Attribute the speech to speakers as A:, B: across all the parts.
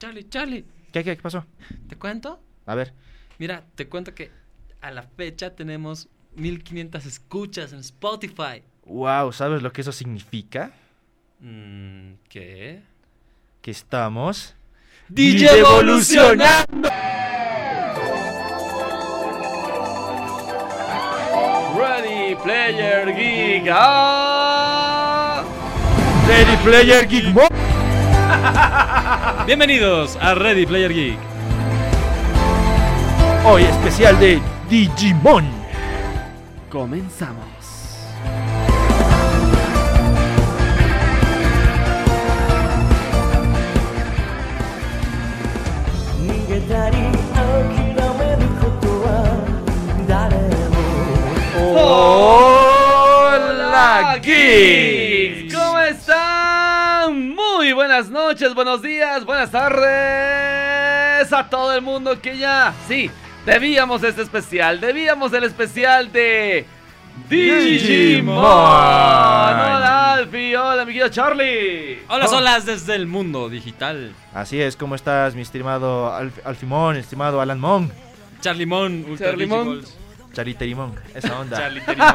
A: Charlie, Charlie,
B: ¿Qué, qué, qué pasó?
A: ¿te cuento?
B: A ver.
A: Mira, te cuento que a la fecha tenemos 1500 escuchas en Spotify.
B: Wow, ¿sabes lo que eso significa?
A: Mm, ¿Qué?
B: Que estamos.
A: ¡DJ evolucionando!
C: Ready Player Geek. ah.
B: Ready Player Geek Mo-
C: Bienvenidos a Ready Player Geek.
B: Hoy especial de Digimon.
C: Comenzamos.
D: 「逃げたり諦めることは誰も」
B: ¡Hola, Geeks!
C: ¿Cómo están? Muy buenas noches, buenos días, buenas tardes a todo el mundo que ya, sí, debíamos este especial, debíamos el especial de Digimon.
B: Digimon.
C: Hola Alfie, hola mi querido Charlie.
A: Hola, olas desde el mundo digital.
B: Así es, ¿cómo estás, mi estimado Alf- Alfimón, estimado Alan Mon?
A: Charlimón, Ultra
C: Charlimón.
A: Digivolts.
B: Charliterimón, esa onda.
A: Charliterimón.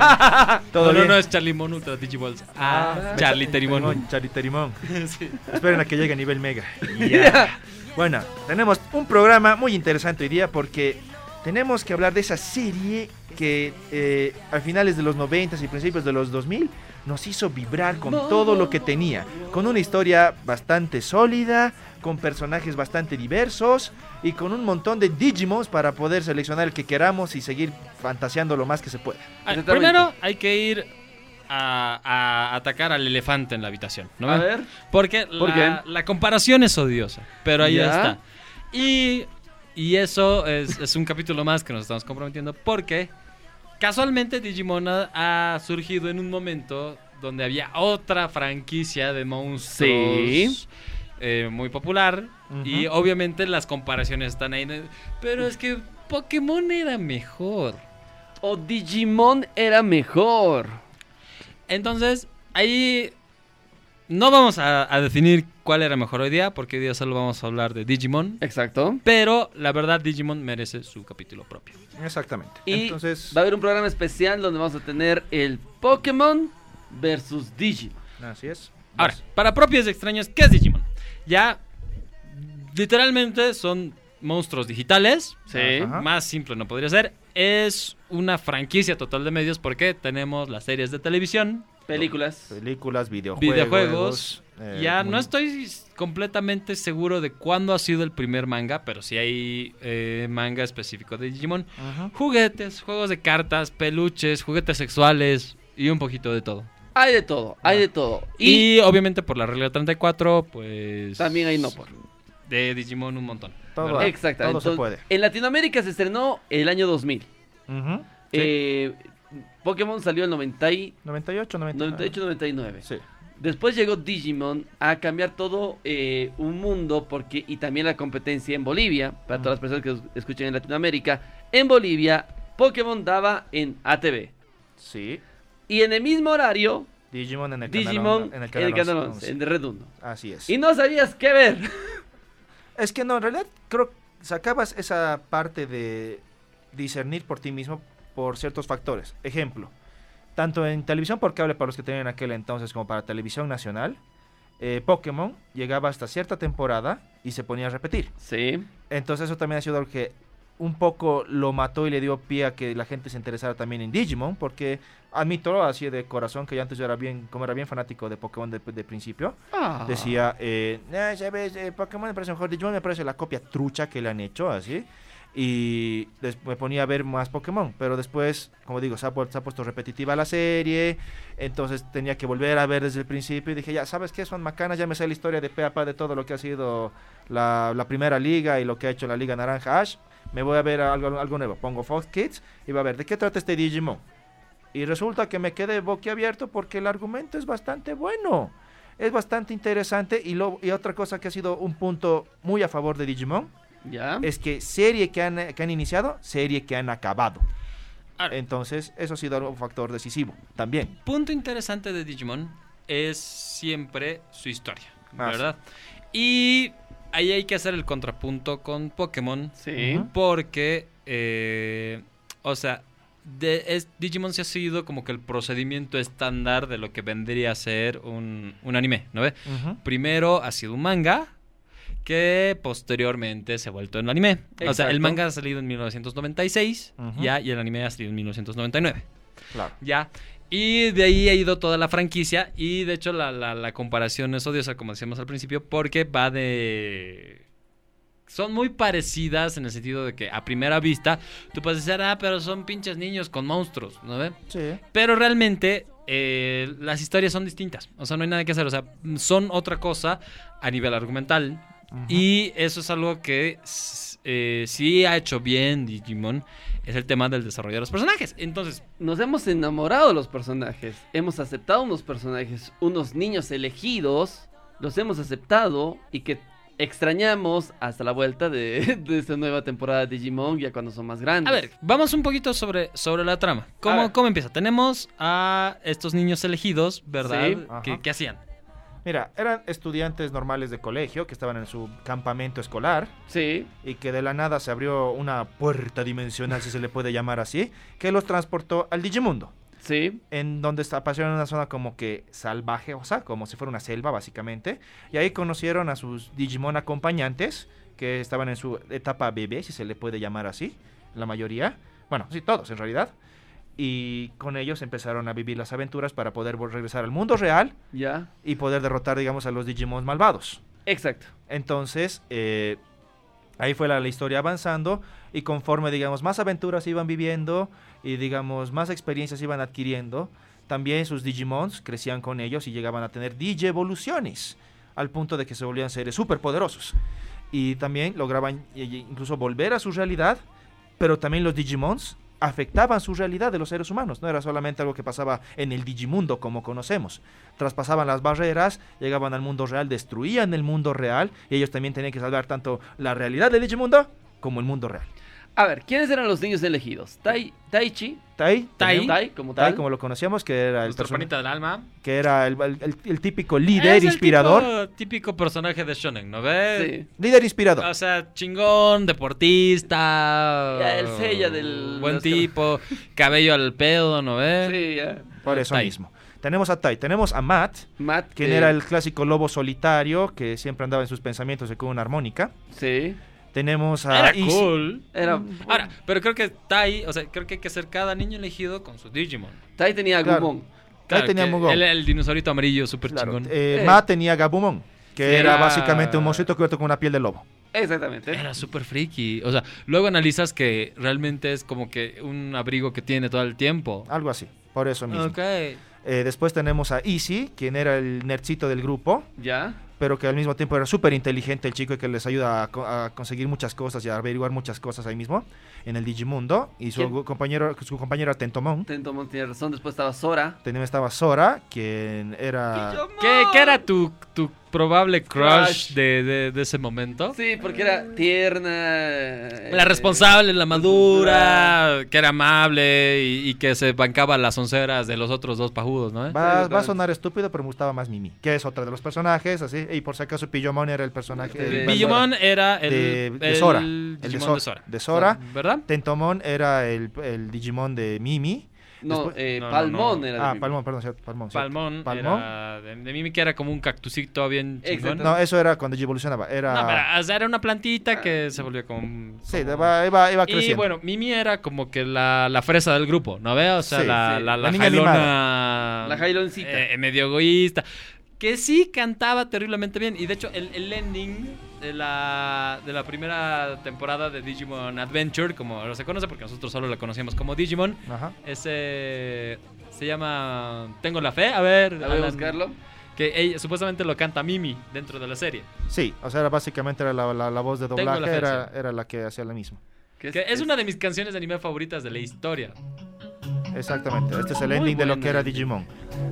B: Todo
A: no, no,
B: bien.
A: no es Charlimón Ultra Digivolts. Ah,
C: Ah.
A: Charliterimón.
B: Charliterimón.
A: Sí.
B: Esperen a que llegue a nivel mega.
C: Ya.
B: Bueno, tenemos un programa muy interesante hoy día porque tenemos que hablar de esa serie que eh, a finales de los 90 y principios de los 2000 nos hizo vibrar con todo lo que tenía, con una historia bastante sólida, con personajes bastante diversos y con un montón de Digimons para poder seleccionar el que queramos y seguir fantaseando lo más que se pueda.
A: Ah,
C: Exactamente.
A: Primero hay que ir a, a atacar al elefante en la habitación. ¿no
C: A
A: ven?
C: ver.
A: Porque
C: ¿Por
A: la, la comparación es odiosa, pero ahí
C: Ya.
A: está. Y, y eso es, es un capítulo más que nos estamos comprometiendo porque casualmente Digimon ha, ha surgido en un momento donde había otra franquicia de monstruos
C: Sí.
A: eh, muy popular y obviamente las comparaciones están ahí. ¿no? Pero es que Pokémon era mejor.
C: O Digimon era mejor.
A: Entonces, ahí no vamos a, a definir cuál era mejor hoy día, porque hoy día solo vamos a hablar de Digimon.
C: Exacto.
A: Pero la verdad, Digimon merece su capítulo propio.
B: Exactamente.
C: Y
B: Entonces,
C: va a haber un programa especial donde vamos a tener el Pokémon versus Digimon.
B: así es.
A: Ahora, para propios y extraños, ¿qué es Digimon? Ya, literalmente son monstruos digitales.
C: Sí.
B: Ajá.
A: Más simple no podría ser. Es una franquicia total de medios porque tenemos las series de televisión.
C: Películas.
B: películas, videojuegos.
A: videojuegos.
B: eh,
A: ya
B: muy-
A: no estoy s- completamente seguro de cuándo ha sido el primer manga, pero sí hay eh, manga específico de Digimon.
B: Ajá.
A: Juguetes, juegos de cartas, peluches, juguetes sexuales y un poquito de todo.
C: Hay de todo, hay de todo. Y,
A: Y, obviamente por la regla 34, pues...
C: también hay no por.
A: De Digimon un montón.
B: Todo.
A: ¿verdad?
C: Exactamente.
B: todo se
C: Entonces,
B: puede.
C: En Latinoamérica se estrenó el año 2000.
B: Ujú.
C: Eh, Pokémon salió en 90 y-
B: 98, 99.
C: 98, 99.
B: Sí.
C: Después llegó Digimon a cambiar todo eh, un mundo porque y también la competencia en Bolivia,
B: Mm.
C: para todas las personas que nos escuchan en Latinoamérica, en Bolivia Pokémon daba en ATV.
B: Sí.
C: Y en el mismo horario,
B: Digimon en el canal,
C: Digimon
B: on- en el canal, 11,
C: 11, en Redundo.
B: Así es.
C: Y no sabías qué ver.
B: Es que no, en realidad creo sacabas esa parte de discernir por ti mismo por ciertos factores. Ejemplo, tanto en televisión por cable para los que tenían aquel entonces como para televisión nacional, eh, Pokémon llegaba hasta cierta temporada y se ponía a repetir.
C: Sí.
B: Entonces eso también ha sido algo que un poco lo mató y le dio pie a que la gente se interesara también en Digimon, porque admito así de corazón que yo antes yo era bien, como era bien fanático de Pokémon de, de principio, decía, eh, "Ah, ¿sabes? Eh, Pokémon me parece mejor, Digimon me parece la copia trucha que le han hecho, así. Y des- me ponía a ver más Pokémon, pero después, como digo, se ha, pu- se ha puesto repetitiva la serie, entonces tenía que volver a ver desde el principio y dije, ya, ¿sabes qué? Son macanas, ya me sé la historia de pe a pa de todo lo que ha sido la, la primera liga y lo que ha hecho la liga naranja Ash, me voy a ver algo, algo nuevo. Pongo Fox Kids y voy a ver de qué trata este Digimon. Y resulta que me quedé boquiabierto porque el argumento es bastante bueno. Es bastante interesante y, lo, y otra cosa que ha sido un punto muy a favor de Digimon
C: Ya.
B: es que serie que han, que han iniciado, serie que han acabado.
A: Ahora,
B: Entonces, eso ha sido un factor decisivo también.
A: punto interesante de Digimon es siempre su historia,
B: Ah, sí.
A: ¿verdad? Y ahí hay que hacer el contrapunto con Pokémon.
C: Sí.
B: Ujú.
A: Porque, eh, o sea, de- es- Digimon se ha seguido como que el procedimiento estándar de lo que vendría a ser un, un anime, ¿no ve?
B: Ujú.
A: Primero ha sido un manga que posteriormente se ha vuelto en anime. O sea,
B: Exacto.
A: el manga ha salido en 1996
B: Ujú.
A: ya, y el anime ha salido en 1999.
B: Claro.
A: Ya. Y de ahí ha ido toda la franquicia. Y de hecho, la, la- la comparación es odiosa, como decíamos al principio, porque va de. Son muy parecidas en el sentido de que a primera vista tú puedes decir, ah, pero son pinches niños con monstruos, ¿no ve?
B: Sí.
A: Pero realmente eh, las historias son distintas. O sea, no hay nada que hacer. O sea, son otra cosa a nivel argumental.
B: Ujú.
A: Y eso es algo que s- eh, sí ha hecho bien Digimon. Es el tema del desarrollo de los personajes. Entonces,
C: Nos hemos enamorado de los personajes. Hemos aceptado unos personajes, unos niños elegidos. Los hemos aceptado y que extrañamos hasta la vuelta de, de esta nueva temporada de Digimon, ya cuando son más grandes.
A: A ver, vamos un poquito sobre, sobre la trama.
C: ver.
A: ¿Cómo, ¿Cómo empieza? Tenemos a estos niños elegidos, ¿verdad?
C: Sí,
B: ajá.
A: ¿Qué, qué hacían?
B: Mira, eran estudiantes normales de colegio que estaban en su campamento escolar
C: Sí,
B: y que de la nada se abrió una puerta dimensional, si se le puede llamar así, que los transportó al Digimundo,
C: sí.
B: en donde aparecieron en una zona como que salvaje, o sea, como si fuera una selva básicamente, y ahí conocieron a sus Digimon acompañantes que estaban en su etapa bebé, si se le puede llamar así, la mayoría, bueno, sí, todos en realidad. Y con ellos empezaron a vivir las aventuras para poder vol- regresar al mundo real
C: Ya.
B: y poder derrotar, digamos, a los Digimon malvados.
C: Exacto.
B: Entonces, eh, ahí fue la, la historia avanzando y conforme, digamos, más aventuras iban viviendo y, digamos, más experiencias iban adquiriendo, también sus Digimons crecían con ellos y llegaban a tener Digievoluciones, al punto de que se volvían seres superpoderosos. Y también lograban eh, incluso volver a su realidad, pero también los Digimons afectaban su realidad de los seres humanos, no era solamente algo que pasaba en el Digimundo como conocemos traspasaban las barreras, llegaban al mundo real, destruían el mundo real y ellos también tenían que salvar tanto la realidad de Digimundo como el mundo real.
C: A ver, ¿quiénes eran los niños elegidos? Tai, Taichi.
B: Tai,
A: Tai.
B: tenemos-
C: Tai, como
B: Tai,
C: tal.
B: como lo conocíamos, que era el,
A: Nuestro
B: persona-
A: panita del alma.
B: que era el, el- el- el típico líder
A: Es el
B: inspirador.
A: tipo- típico personaje de Shonen, ¿no ves?
C: Sí.
B: Líder inspirador.
A: O sea, chingón, deportista.
C: Ya, el sella del-
A: Buen
C: los-
A: tipo, cabello al pedo, ¿no ves?
C: Sí, ya.
B: Eh. por eso
A: Tai.
B: mismo. Tenemos a Tai, tenemos a Matt,
C: Matt.
B: quien
C: eh,
B: era el clásico lobo solitario que siempre andaba en sus pensamientos y con una armónica.
C: Sí.
B: Tenemos a
A: Era
B: Izzy-
A: cool.
C: Era.
A: Ahora, pero creo que Tai, o sea, creo que hay que hacer cada niño elegido con su Digimon.
C: Tai tenía a
B: Claro.
C: Gumon.
B: Tai
A: Claro,
B: tenía
A: que
B: Mugón.
A: él era el dinosaurito amarillo, súper
B: Claro,
A: chingón.
B: eh,
C: Eh.
B: Matt tenía Gabumon, que
A: Sí,
B: era
A: era-
B: básicamente un monstruito cubierto con una piel de lobo.
C: Exactamente.
A: Era súper friki. O sea, luego analizas que realmente es como que un abrigo que tiene todo el tiempo.
B: Algo así, por eso Ah, mismo.
A: Ok.
B: Eh, después tenemos a Easy, quien era el nerdcito del grupo,
C: Ya.
B: pero que al mismo tiempo era súper inteligente el chico y que les ayuda a, co- a conseguir muchas cosas y a averiguar muchas cosas ahí mismo, en el Digimundo. Y su
C: ¿Quién?
B: compañero, su compañero era Tentomon.
C: Tentomon tiene razón. Después estaba Sora.
B: También estaba Sora, quien era...
A: ¿Qué, qué era tu, tu probable
C: Crush.
A: crush de, de- de ese momento?
C: Sí, porque era tierna.
A: La
C: eh,
A: responsable, la madura, que era amable y, y que se bancaba las onceras de los otros dos pajudos, ¿no?
B: Va, va a
C: exactamente.
B: sonar estúpido, pero me gustaba más Mimi, que es otra de los personajes, así. Y por si acaso Pillomon era el personaje...
C: De-
B: el-
A: Digimon Eh, era el,
B: de, de
A: el
B: Sora.
A: Digimon
B: el
A: de Sora.
B: De Sora.
A: ¿Verdad?
B: Tentomon era el, el Digimon de Mimi.
C: No,
B: Después-
C: eh,
A: No, no,
C: Palmón
A: no.
C: era. de
B: Ah,
C: Mimi.
B: Palmón, perdón, cierto, Palmón. cierto.
A: Palmón,
B: Palmón.
A: Era de, de Mimi que era como un cactusito bien chingón.
C: Exacto.
B: No, eso era cuando evolucionaba. Era.
A: No, pero o sea, era una plantita que se volvió como... un-
B: Sí,
A: como-
B: iba, iba, iba creciendo.
A: Y bueno, Mimi era como que la, la fresa del grupo, ¿no ve? O sea,
B: Sí,
A: la,
C: sí.
A: la,
B: La
A: la,
B: niña
A: jailona...
C: La jailoncita.
A: eh, medio egoísta. Que sí cantaba terriblemente bien. Y de hecho, el, el ending de la, de la primera temporada de Digimon Adventure, como ahora se conoce, porque nosotros solo la conocíamos como Digimon,
B: Ajá.
A: ese... Se llama Tengo Ah, la fe, a ver.
C: La voy a
A: Alan,
C: buscarlo.
A: Que ella, supuestamente lo canta Mimi dentro de la serie.
B: Sí, o sea, era básicamente era la, la- la voz de
A: Tengo la
B: doblaje,
A: fe,
B: era,
A: sí.
B: era la que hacía la misma.
A: Que es
C: Ah,
A: una de mis canciones de anime favoritas de la historia.
B: Exactamente. Este es el
C: Muy
B: ending de lo
C: bueno.
B: que era Digimon.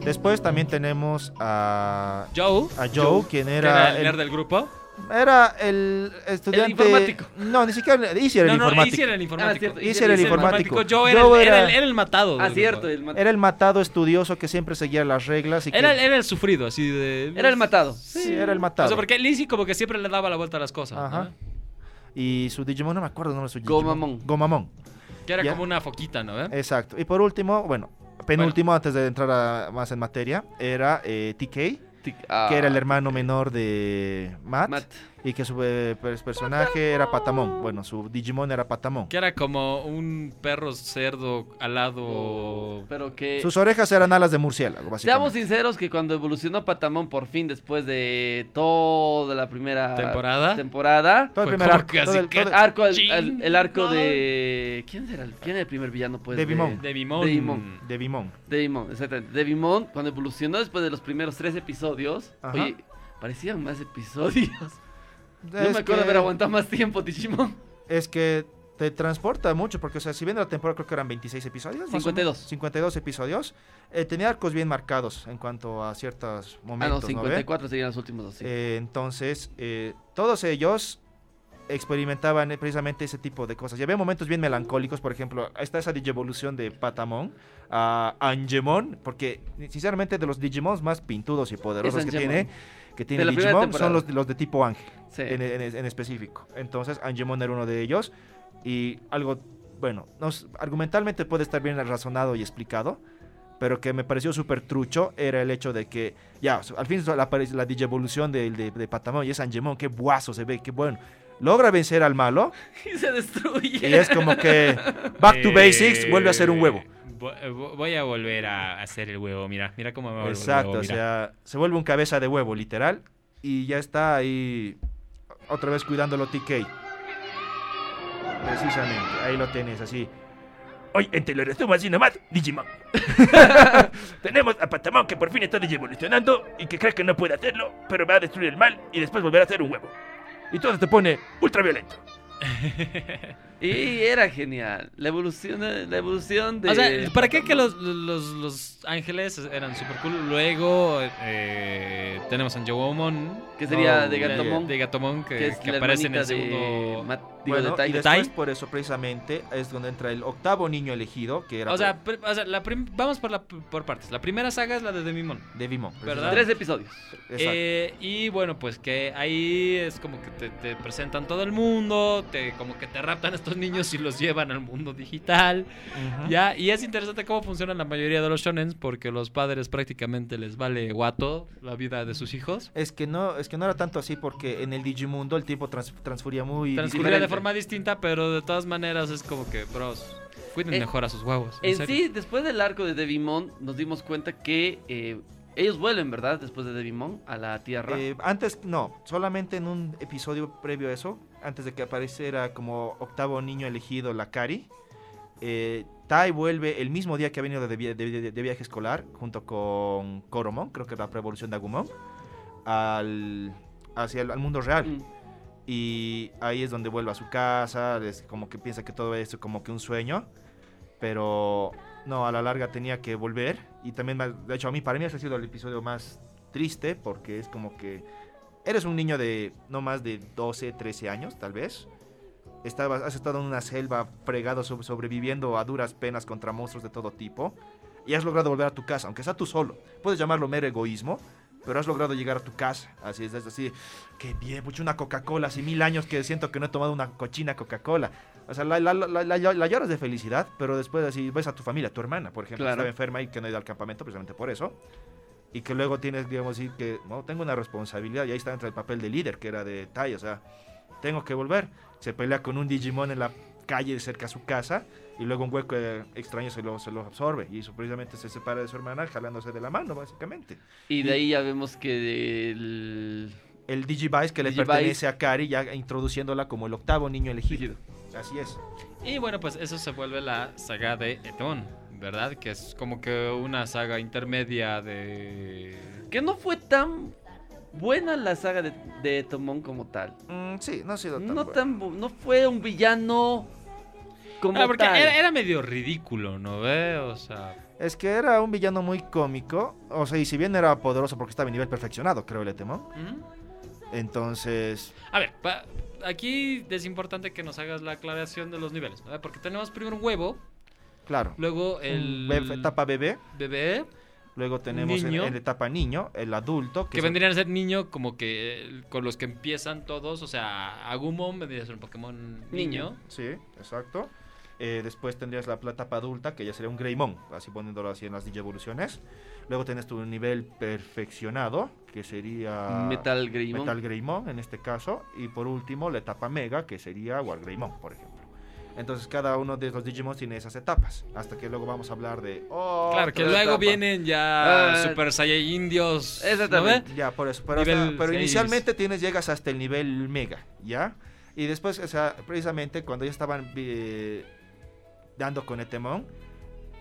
B: Después también tenemos a,
A: Joe,
B: a Joe,
A: Joe,
B: quien
A: que era
B: era.
A: el nerd del grupo.
B: Era el estudiante.
C: informático.
B: No, ni siquiera. el- Izzy era
A: no,
B: el
A: no,
B: informático.
A: Izzy era el
C: Ah,
A: informático.
C: cierto,
B: Izzy
C: Izzy
B: era el
A: Izzy
B: informático.
A: Yo era,
B: Yo
A: el- era
B: era-
A: el, era el matado.
C: Ah,
A: del
C: cierto.
A: grupo.
C: El mat-
B: Era el matado estudioso que siempre seguía las reglas. Y que-
A: Era, el- era el sufrido, así de.
C: Era el matado.
B: Sí, era el
A: O
B: matado.
A: sea, porque Lizzie como que siempre le daba la vuelta a las cosas.
B: Ajá.
A: ¿no?
B: Y su Digimon, no me acuerdo el nombre de su Digimon.
C: Gomamon.
B: Gomamon.
A: Que era
B: Ya.
A: como una foquita, ¿no? ¿Eh?
B: Exacto. Y por último, bueno, penúltimo antes de entrar a- más en materia, era eh, TK,
C: Tic- ah,
B: que era el hermano menor de Matt,
C: Matt.
B: y que su eh, per- personaje era Patamon. Bueno, su Digimon era Patamon.
A: Que era como un perro cerdo Oh. alado.
C: Oh, Pero que.
B: Sus orejas eran alas de murciélago,
C: Seamos
B: básicamente.
C: sinceros que cuando evolucionó Patamón por fin después de toda la primera
A: ¿Temporada?
C: temporada,
B: Todo el
A: Fue
B: primer
A: como
B: arco,
A: que así
B: todo el-
A: que-
B: todo el-
C: arco el,
A: Chin,
C: el- el arco
A: no.
C: de quién era el, quién era el primer villano pues
B: De Bimón.
A: De Bimón.
C: De Bimón.
B: de Bimon.
C: De Bimón, exactamente. De Bimón, cuando evolucionó después de los primeros tres episodios,
B: Ajá.
C: oye, parecían más episodios. No
B: Es
C: me acuerdo
B: que-
C: haber aguantado más tiempo, Digimon. Ah,
B: Es que te transporta mucho, porque, o sea, si bien la temporada creo que eran 26 episodios. más o
C: 52.
B: menos, 52 episodios. eh, tenía arcos bien marcados en cuanto a ciertos
C: Ah, no,
B: momentos. ¿no ve?
C: 54 serían los últimos dos. sí.
B: Eh, entonces, eh, todos ellos experimentaban eh, precisamente ese tipo de cosas. Y había momentos bien melancólicos, por ejemplo, ahí está esa digievolución de Patamon a Angemon, porque sinceramente de los Digimons más pintudos y poderosos
C: Es
B: que
C: Angemon.
B: tiene, que tiene
C: la primera
B: Digimon
C: temporada.
B: son los, los de tipo ángel,
C: Sí.
B: en, en- en específico. Entonces, Angemon era uno de ellos y algo, bueno, nos- argumentalmente puede estar bien razonado y explicado, pero que me pareció súper trucho era el hecho de que, ya, o sea, al fin la, apare- la digievolución del- de, de, Patamon y es Angemon, qué buazo se ve, qué bueno. Logra vencer al malo
C: Y se destruye.
B: y es como que back to
A: Eh,
B: basics, vuelve a ser un huevo.
A: vo- eh, vo- Voy a volver a hacer el huevo, mira. Mira cómo me vuelvo
B: Exacto,
A: el huevo.
B: o
A: mira.
B: sea, se vuelve un cabeza de huevo, literal, y ya está ahí otra vez cuidándolo TK. Precisamente, ahí lo tienes, así.
E: Hoy en Te lo resumo así nomás, Digimon. Tenemos a Patamon que por fin está evolucionando y que cree que no puede hacerlo, pero va a destruir el mal y después volver a hacer un huevo. Y todo se pone ultraviolento.
C: Y era genial. La evolución, la evolución de.
A: O sea, ¿para qué que los, los, los ángeles eran super cool? Luego eh, tenemos a Anjewomon.
C: Que sería
B: No,
C: de Gatomon.
A: De Gatomon, que,
C: que es
A: que
C: la
A: aparece en el
C: hermanita
A: segundo.
C: De... Mat- digo,
B: Bueno,
C: de
B: y
C: Tai.
A: de- Tai.
B: después por eso precisamente es donde entra el octavo niño elegido, que era
A: O sea, pr- o sea, la prim- vamos por, la, por partes. La primera saga es la de Demimon.
B: de Bimon.
A: ¿verdad?
C: Tres episodios.
B: Exacto.
A: Eh, y bueno, pues que ahí es como que te, te presentan todo el mundo, te, como que te raptan a estos niños y los llevan al mundo digital.
B: Ujú.
A: Eh, Ya, y es interesante cómo funcionan la mayoría de los shonens porque los padres prácticamente les vale guato la vida de sus hijos.
B: Es que no, es que no era tanto así porque en el Digimundo el tiempo trans- transcurría muy
A: Transcurría de
C: diferente.
A: forma distinta, pero de todas maneras es como que, bros, cuiden
C: Eh,
A: mejor a sus huevos. en
C: En
A: serio.
C: sí, después del arco de Devimon, nos dimos cuenta que eh, ellos vuelven, ¿verdad? Después de Devimon a la Tierra.
B: Eh, antes no, solamente en un episodio previo a eso, antes de que apareciera como octavo niño elegido la Kari, eh, Tai vuelve el mismo día que ha venido de, vi- de- de- de viaje escolar junto con Coromon, creo que era la revolución de Agumon, al hacia el al mundo real.
C: Mm.
B: Y ahí es donde vuelve a su casa, es como que piensa que todo esto es como que un sueño, pero no, a la larga tenía que volver. Y también, más- de hecho, a mí, para mí ese ha sido el episodio más triste porque es como que eres un niño de no más de 12, 13 años, tal vez. Estabas, has estado en una selva fregado, sob- sobreviviendo a duras penas contra monstruos de todo tipo. Y has logrado volver a tu casa, aunque sea tú solo. Puedes llamarlo mero egoísmo, pero has logrado llegar a tu casa. Así es, es así. Qué bien, mucho una Coca-Cola. Hace mil años que siento que no he tomado una cochina Coca-Cola. O sea, la, la- la- la- la lloras de felicidad, pero después así ves a tu familia, a tu hermana, por ejemplo, que
C: Claro.
B: estaba enferma y que no ha ido al campamento precisamente por eso. Y que luego tienes, digamos, decir que no, tengo una responsabilidad. Y ahí está entre el papel de líder, que era de Tai, o sea, tengo que volver. Se pelea con un Digimon en la calle cerca a su casa y luego un hueco eh, extraño se lo, se lo absorbe. Y eso precisamente se separa de su hermana jalándose de la mano, básicamente.
C: Y de ahí ya vemos que el...
B: El Digivice que le
C: Digivice.
B: pertenece a Kari, ya introduciéndola como el octavo niño elegido.
C: Elegido.
B: Así es.
A: Y bueno, pues eso se vuelve la saga de Etón, ¿verdad? Que es como que una saga intermedia de...
C: que no fue tan buena la saga de, de Tomón como tal.
B: Mm, sí, no ha sido tan
C: No
B: bueno.
C: tan bu- no fue un villano como
A: Ah, porque
C: tal.
A: era, era medio ridículo, ¿no ve? O sea...
B: Es que era un villano muy cómico. O sea, y si bien era poderoso porque estaba en nivel perfeccionado, creo, el Etemon.
A: ¿Mm?
B: Entonces,
A: A ver, pa- aquí es importante que nos hagas la aclaración de los niveles, ¿no? Porque tenemos primero un huevo,
B: claro.
A: luego el
B: Beb- etapa bebé,
A: bebé,
B: luego tenemos en-
A: Niño.
B: en etapa niño, el adulto.
A: que
B: es-
A: vendrían a ser niño como que eh, con los que empiezan todos, o sea, Agumon vendría a ser un Pokémon niño.
B: Sí, exacto. Eh, después tendrías la pla- etapa adulta, que ya sería un Greymon, así poniéndolo así en las digievoluciones. Luego tienes tu nivel perfeccionado, que sería...
C: Metal Greymon.
B: Ah, Metal Greymon en este caso. Y por último, la etapa Mega, que sería War Greymon, por ejemplo. Entonces cada uno de los Digimon tiene esas etapas. Hasta que luego vamos a hablar de...
A: Claro, que
B: otra
A: luego
B: etapa.
A: vienen ya
C: Ah,
A: Super Saiyajin Dios. ¿no
C: exactamente.
A: ve?
B: Ya, por eso. Pero,
A: Nivel
B: hasta- pero
A: seis.
B: inicialmente tienes, llegas hasta el nivel Mega, ¿ya? Y después, o sea, precisamente cuando ya estaban eh, dando con Etemon,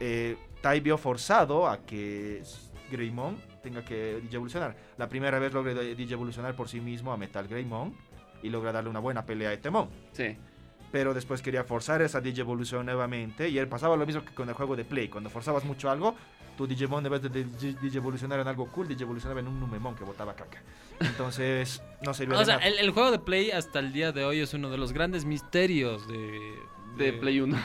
B: eh, Tai vio forzado a que Greymon tenga que digievolucionar. La primera vez logra de- digievolucionar por sí mismo a Metal Greymon y logra darle una buena pelea a Etemon.
C: Sí.
B: Pero después quería forzar esa digievolución nuevamente y él pasaba lo mismo que con el juego de Play. Cuando forzabas mucho algo, tu Digimon en vez de digi- digievolucionar en algo cool, digievolucionaba en un Numemon que botaba caca. Entonces, no sirvió
A: O
B: de
A: sea,
B: nada.
A: el, el juego de Play hasta el día de hoy es uno de los grandes misterios de,
C: De Play 1.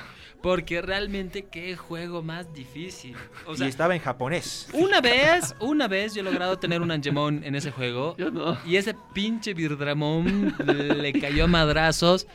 A: Porque realmente qué juego más difícil. O sea,
B: y estaba en japonés.
A: una vez, una vez yo he logrado tener un Angemon en ese juego.
C: Yo no.
A: Y ese pinche Birdramón le cayó a madrazos.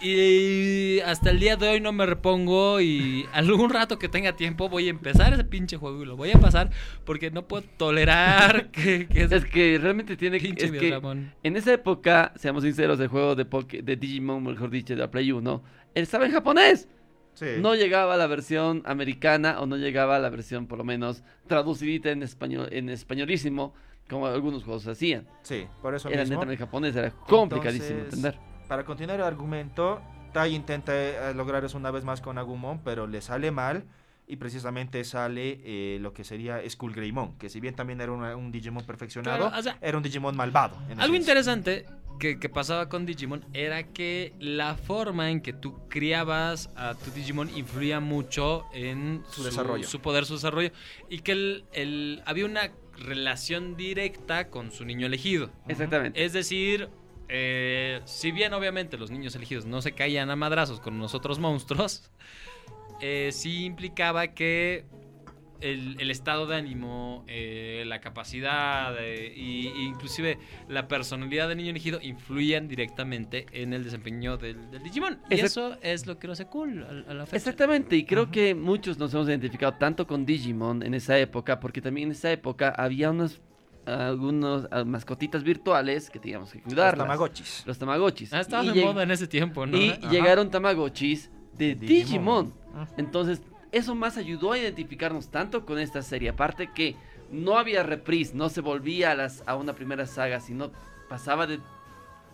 A: Y hasta el día de hoy no me repongo y algún rato que tenga tiempo voy a empezar ese pinche juego y lo voy a pasar porque no puedo tolerar que, que ese
C: Es que realmente tiene que.
A: pinche
C: Es que
A: Birdramón.
C: en esa época, seamos sinceros, el juego de, Poké- de Digimon, mejor dicho, de la Play 1, él estaba en japonés.
B: Sí.
C: No llegaba la versión americana o no llegaba la versión, por lo menos, traducidita en español, en españolísimo, como algunos juegos hacían.
B: Sí, por eso
C: Era
B: mismo.
C: netamente japonés, era complicadísimo
B: Entonces,
C: entender.
B: Para continuar el argumento, Tai intenta eh, lograr eso una vez más con Agumon, pero le sale mal. Y precisamente sale eh, lo que sería Skull Greymon, que si bien también era una- un Digimon perfeccionado,
A: Claro, o sea,
B: era un Digimon malvado. en
A: Algo
B: esencia.
A: interesante que, que pasaba con Digimon era que la forma en que tú criabas a tu Digimon influía mucho en
B: Su desarrollo.
A: su poder, su desarrollo. Y que el- el- había una relación directa con su niño elegido.
C: Exactamente.
A: Es decir, eh, si bien obviamente los niños elegidos no se caían a madrazos con nosotros monstruos, eh, sí implicaba que el, el estado de ánimo, eh, la capacidad eh, y, y inclusive la personalidad del niño elegido influían directamente en el desempeño del, del Digimon. Y
C: Exact-
A: eso es lo que lo hace cool a, a la fecha.
C: Exactamente, y creo que muchos nos hemos identificado tanto con Digimon en esa época, porque también en esa época había unas algunos ah, mascotitas virtuales que teníamos que
B: Los
C: cuidar.
B: Tamagotchis.
C: Los Tamagotchis.
A: Ah, estabas
C: Y
A: en
C: lleg-
A: moda en ese tiempo, ¿no?
C: y
A: Ajá. Ah,
C: llegaron Tamagotchis de Digimon.
B: Ajá.
C: Entonces, eso más ayudó a identificarnos tanto con esta serie. Aparte que no había reprise, no se volvía a, las, a una primera saga, sino pasaba de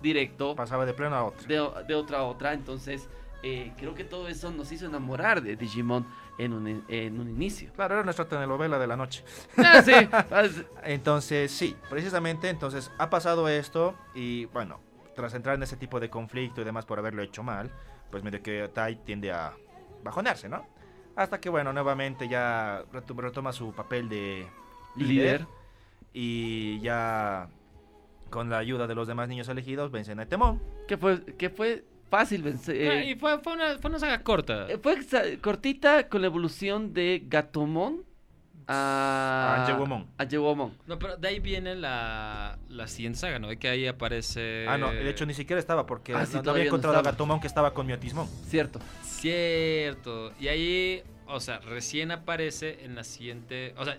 C: directo
B: Pasaba de pleno a otro.
C: de, o- de otra a otra. Entonces, eh, creo que todo eso nos hizo enamorar de Digimon en un, in- en un inicio.
B: Claro, era nuestra telenovela de la noche.
C: Ah, sí.
B: Entonces, sí, precisamente, entonces ha pasado esto y bueno, tras entrar en ese tipo de conflicto y demás por haberlo hecho mal, pues medio que Tai tiende a bajonearse, ¿no? Hasta que bueno, nuevamente ya retu- retoma su papel de
C: Líder.
B: y ya con la ayuda de los demás niños elegidos vencen a Temón.
C: Que fue, que fue fácil vencer.
A: Ah,
C: eh,
A: y fue, fue una, fue una saga corta.
C: eh, fue exa- cortita con la evolución de Gatomon a.
B: A Yewomon.
C: A Yewomon.
A: No, pero de ahí viene la, la siguiente saga, ¿no? Que ahí aparece...
B: Ah, no, de hecho ni siquiera estaba porque
C: eh, Ah,
B: no-
C: sí,
B: no,
C: todavía
B: había
C: no
B: encontrado a
C: estaba.
B: Gatomon que estaba con miotismón.
C: Cierto.
A: Cierto. Y ahí, o sea, recién aparece en la siguiente. O sea,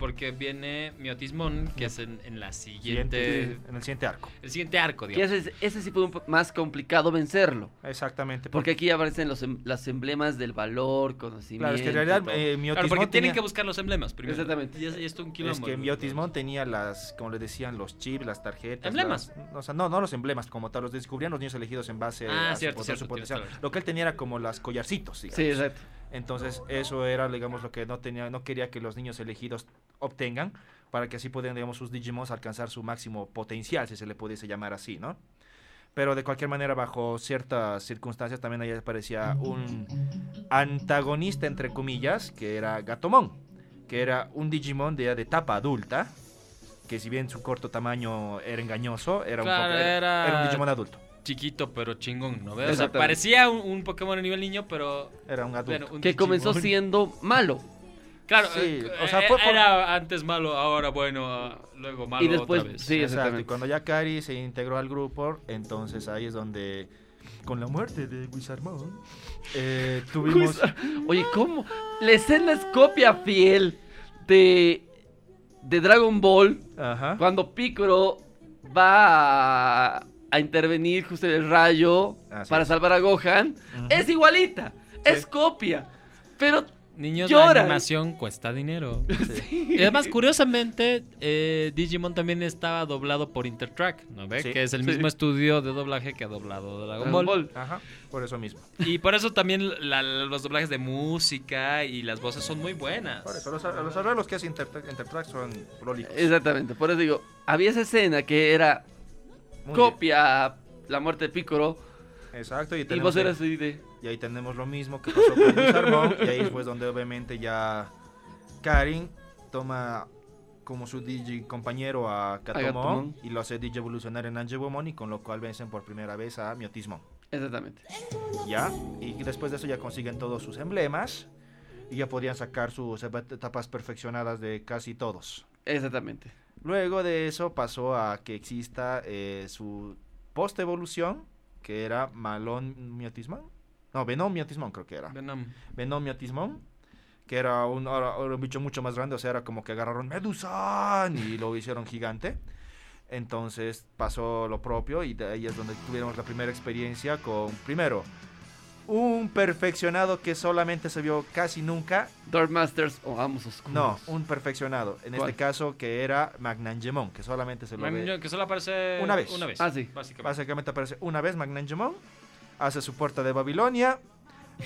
A: porque viene Miotismón, que es en, en la siguiente.
B: en el siguiente arco.
A: El siguiente arco,
C: Que
A: digamos.
C: ese, ese sí fue un po- más complicado vencerlo.
B: Exactamente.
C: Porque aquí aparecen los, em- las emblemas del valor, conocimiento.
B: Claro, es que en realidad
C: todo.
B: eh, miotismón
A: Claro, porque tienen
B: tenía-
A: que buscar los emblemas primero.
C: Exactamente.
A: Y es, y esto un
B: Es
A: quilombo.
B: que
A: ¿no?
B: Miotismon tenía las, como le decían, los chips, las tarjetas.
A: Emblemas.
B: las- o sea, no, no los emblemas como tal, los descubrían los niños elegidos en base
A: Ah,
B: a
A: cierto, cierto,
B: poder,
A: tienes
B: potencial.
A: toda la razón.
B: Lo que él tenía era como las collarcitos, digamos.
C: Sí, exacto.
B: Entonces, eso era, digamos, lo que no tenía, no quería que los niños elegidos obtengan para que así pudieran, digamos, sus Digimons alcanzar su máximo potencial, si se le pudiese llamar así, ¿no? Pero de cualquier manera, bajo ciertas circunstancias, también ahí aparecía un antagonista, entre comillas, que era Gatomon, que era un Digimon de, de etapa adulta, que si bien su corto tamaño era engañoso, era,
A: Claro,
B: un, poco- era-
A: era-
B: era un Digimon adulto.
A: Chiquito, pero chingón, ¿no? O sea,
B: Exactamente.
A: parecía un, un Pokémon a nivel niño, pero.
B: Era un adulto.
A: bueno, un
C: Que
A: Digimon.
C: comenzó siendo malo.
A: Claro,
B: Sí,
A: eh,
B: o sea,
A: eh,
B: fue por-
A: era antes malo, ahora bueno, ah, luego malo
C: Y después-
A: otra vez.
C: sí.
B: Exacto.
C: exactamente.
B: Y cuando ya Kari se integró al grupo, entonces ahí es donde, con la muerte de Wizardmon, eh, tuvimos...
C: Oye, ¿cómo? La escena es copia fiel de, de Dragon Ball
B: Ajá.
C: cuando Piccolo va a, a intervenir justo en el rayo
B: Así
C: para
B: es.
C: salvar a Gohan. Es igualita, es copia. Pero
A: Niños, la
C: Lloran.
A: animación cuesta dinero. Y además, curiosamente, eh, Digimon también estaba doblado por Intertrack, ¿no ve?
B: Sí.
A: Que es el mismo estudio de doblaje que ha doblado Dragon Ball.
C: Dragon Ball.
B: Ajá, por eso mismo.
A: Y por eso también la- los doblajes de música y las voces son muy buenas.
B: Por eso, los, los arreglos que hace Intertrack Intertrack son prolíficos.
C: Exactamente, por eso digo, había esa escena que era
B: Muy
C: copia la muerte de Piccolo
B: bien. Exacto, y,
C: y
B: tenemos
C: vos
B: ahí-
C: eras así de...
B: y ahí tenemos lo mismo que pasó con Wizardmon, y ahí fue donde obviamente ya Karin toma como su digi compañero a Katomon
C: Gatomon.
B: y lo hace digi evolucionar en Angewomon y con lo cual vencen por primera vez a Miotismon.
C: Exactamente.
B: ¿ya? Y después de eso ya consiguen todos sus emblemas y ya podrían sacar sus ep- etapas perfeccionadas de casi todos.
C: Exactamente.
B: Luego de eso pasó a que exista eh, su post-evolución, que era Malón Miotismon. No, Venom Miotismon creo que era.
A: Venom.
B: Venom Miotismon, que era un, ahora- ahora un bicho mucho más grande, o sea, era como que agarraron Medusan y lo hicieron gigante. Entonces pasó lo propio y de ahí es donde tuvimos la primera experiencia con, primero, un perfeccionado que solamente se vio casi nunca.
C: Dark Masters o Amos Oscuros.
B: No, un perfeccionado. En
C: ¿Cuál?
B: este caso que era Magnangemon, que solamente se lo ve-
A: Magneto, Que solo aparece
B: Una vez.
A: Una vez.
C: Ah, sí.
A: Básicamente.
B: Básicamente aparece una vez Magnangemon, hace su puerta de Babilonia,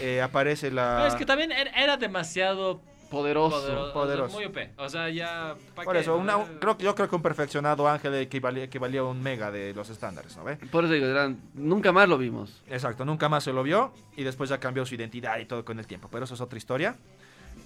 B: eh, aparece
A: No,
B: la...
A: es que también era, era demasiado
C: Poderoso.
A: poderoso,
B: poderoso.
A: Muy OP. O sea, ya. ¿pa'
B: Por
A: qué?
B: eso, una- un- creo, que- yo creo que un perfeccionado ángel equivalía, equivalía a un mega de los estándares, ¿no ve?
C: Por eso digo, eran- nunca más lo vimos.
B: Exacto, nunca más se lo vio y después ya cambió su identidad y todo con el tiempo, pero eso es otra historia.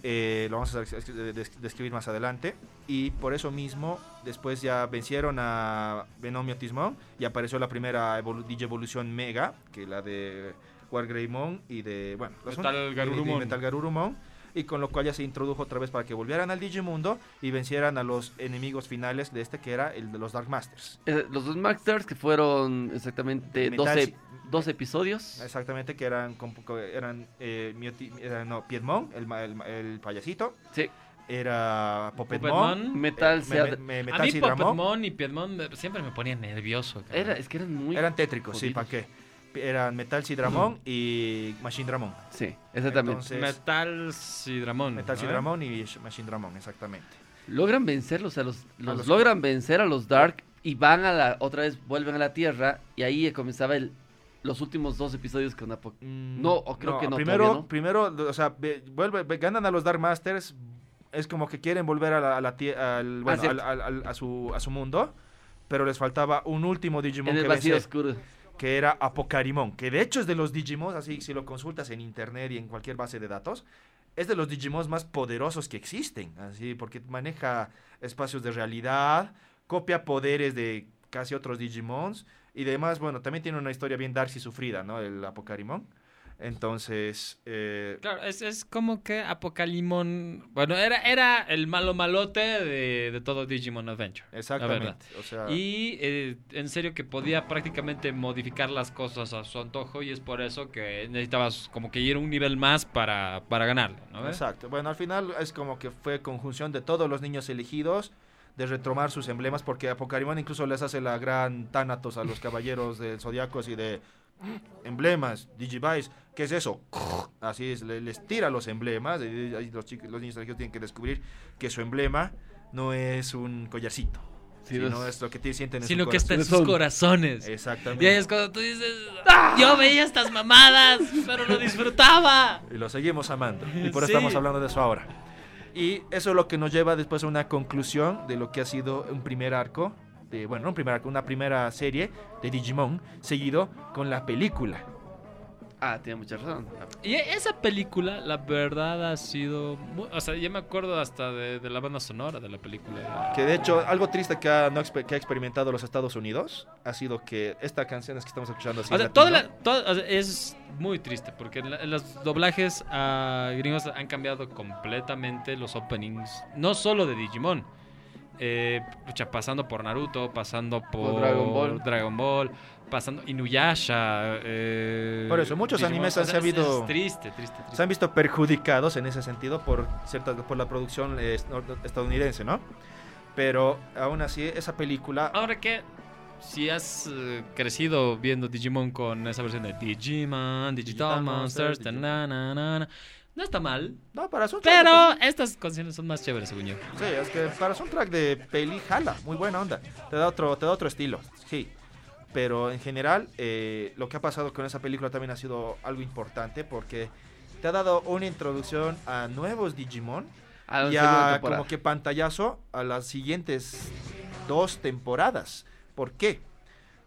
B: Eh, lo vamos a des- des- describir más adelante. Y por eso mismo, después ya vencieron a Venomio Tismón y apareció la primera evolu- digievolución mega, que la de Wargreymon y de. Bueno, las
A: Metal
B: un- y de-
A: Garurumon.
B: y Metal Garurumon. Y con lo cual ya se introdujo otra vez para que volvieran al Digimundo y vencieran a los enemigos finales de este, que era el de los Dark Masters.
C: Eh, Los dos Masters que fueron exactamente
B: Metal- Ah,
C: 12, 12 episodios.
B: Exactamente, que eran, con poco- eran, eh, Mioti- eran, no, Piedmon, el, ma- el ma- el payasito,
C: Sí.
B: era Popetmon,
A: Puppetmon.
C: Metal
B: eh, me-
C: Sea-
B: me-
A: A mí
B: Metal Seed Ramón,
A: Puppetmon y Piedmon me- siempre me ponían nervioso. cabrón.
C: Era, es que eran muy.
B: eran tétricos, sí, ¿para
C: Jodidos.
B: qué? Eran Metal Sidramon y Machine Dramon.
C: Sí, exactamente.
B: Entonces,
A: Metal Sidramón.
B: Metal
A: ¿no?
B: Sidramon y Sh- Machine Dramon, exactamente.
C: logran vencerlos, a los, los
B: los-
C: logran vencer a los Dark y van a la. Otra vez vuelven a la Tierra y ahí comenzaba el, los últimos dos episodios con Apo.
B: Mm,
C: No, o creo que no,
B: Primero,
C: todavía no.
B: primero o sea, ve- vuelve, ve- ganan a los Dark Masters. Es como que quieren volver a, la, a, la tie- al, bueno,
C: Ah, cierto.
B: al- al- al- a, su, a su mundo. Pero les faltaba un último Digimon
C: En el
B: que
C: vacío
B: vencer.
C: oscuro.
B: que era Apocarimon, que de hecho es de los Digimon, así si lo consultas en internet y en cualquier base de datos, es de los Digimon más poderosos que existen, así porque maneja espacios de realidad, copia poderes de casi otros Digimons y demás, bueno, también tiene una historia bien dark y sufrida, ¿no? El Apocarimon. Entonces, eh,
A: Claro, es, es como que Apocalimón. Bueno, era, era el malo malote de, de todo Digimon Adventure. la verdad.
B: exactamente, o sea,
A: Y eh, en serio que podía prácticamente modificar las cosas a su antojo y es por eso que necesitabas como que ir un nivel más para, para ganarle, ¿no?
B: Exacto. Bueno, al final es como que fue conjunción de todos los niños elegidos de retomar sus emblemas porque Apocarimón incluso les hace la gran tánatos a los caballeros del zodiaco así de emblemas, digivice, ¿qué es eso? Así es, le- les tira los emblemas y ahí los, chicos, los niños elegidos tienen que descubrir que su emblema no es un collarcito, sino
C: los-
B: es lo que te sienten en
A: Sino
B: su
A: que está en
B: corazón.
A: sus corazones.
B: Exactamente.
A: Y ahí es cuando tú dices, "Ah, yo veía estas mamadas, pero lo disfrutaba.
B: Y lo seguimos amando. Y por eso
A: Sí.
B: estamos hablando de eso ahora. Y eso es lo que nos lleva después a una conclusión de lo que ha sido un primer arco. De, bueno, no un primer arco, una primera serie de Digimon. Seguido con la película.
C: Ah, tiene mucha razón.
A: Y e- esa película, la verdad, ha sido. mu- o sea, ya me acuerdo hasta de, de la banda sonora de la película.
B: Que de hecho, algo triste que ha, no exper- que ha experimentado los Estados Unidos ha sido que estas canciones que estamos escuchando así
A: O
B: en
A: sea,
B: latino,
A: toda la- toda- o sea, es muy triste porque en la- en los doblajes a gringos han cambiado completamente los openings, no solo de Digimon, eh, pucha, pasando por Naruto, pasando por,
C: Dragon Ball.
A: Dragon Ball, pasando Inuyasha. eh,
B: Por eso, muchos animes han sabido-
A: Es triste, triste, triste.
B: se han visto perjudicados en ese sentido por, cierta, por la producción eh, es- nor- estadounidense, ¿no? Pero aún así, esa película...
A: Ahora que si has eh, crecido viendo Digimon con esa versión de Digimon, Digital,
B: Digital
A: Monsters,
B: Monsters,
A: ta-
B: Digimon.
A: na, na, na, na, no está mal.
B: No, para soundtrack de
A: Pero estas canciones son más chéveres, según yo.
B: Sí, es que para soundtrack de peli jala, muy buena onda. Te da otro, te da otro estilo, sí. Pero en general, eh, lo que ha pasado con esa película también ha sido algo importante porque te ha dado una introducción a nuevos Digimon
C: A la
B: y
C: segunda
B: a
C: temporada.
B: como que pantallazo a las siguientes dos temporadas. ¿Por qué?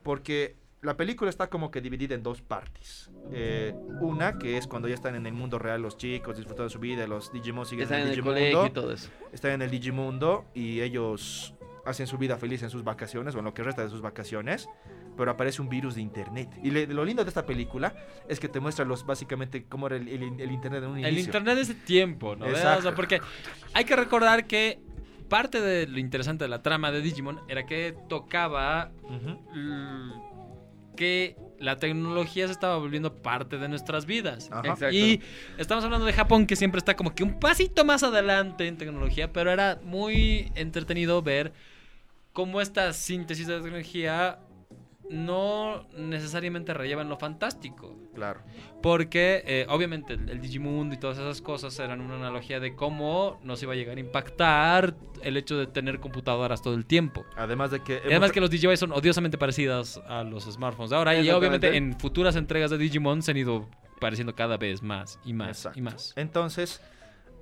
B: Porque la película está como que dividida en dos partes. Eh, una que es cuando ya están en el mundo real los chicos disfrutando de su vida, los Digimon siguen
C: Están en el
B: Digimundo
C: colegio y todo eso.
B: están en el Digimundo y ellos hacen su vida feliz en sus vacaciones o en lo que resta de sus vacaciones, pero aparece un virus de internet. Y le- lo lindo de esta película es que te muestra los básicamente cómo era el, el- el internet en un
A: El
B: inicio.
A: internet de ese tiempo, ¿no?
B: Exacto.
A: O sea, porque hay que recordar que parte de lo interesante de la trama de Digimon era que tocaba
B: Ujú.
A: l- que la tecnología se estaba volviendo parte de nuestras vidas.
B: Ajá.
C: Exacto.
A: Y estamos hablando de Japón, que siempre está como que un pasito más adelante en tecnología, pero era muy entretenido ver cómo esta síntesis de tecnología no necesariamente relleva en lo fantástico.
B: Claro.
A: Porque eh, obviamente el, el Digimundo y todas esas cosas eran una analogía de cómo nos iba a llegar a impactar el hecho de tener computadoras todo el tiempo.
B: Además de que...
A: Y además que los DJI son odiosamente parecidas a los smartphones de ahora. Y
C: Exactamente.
A: obviamente en futuras entregas de Digimon se han ido pareciendo cada vez más y más
B: Exacto.
A: y más.
B: Entonces,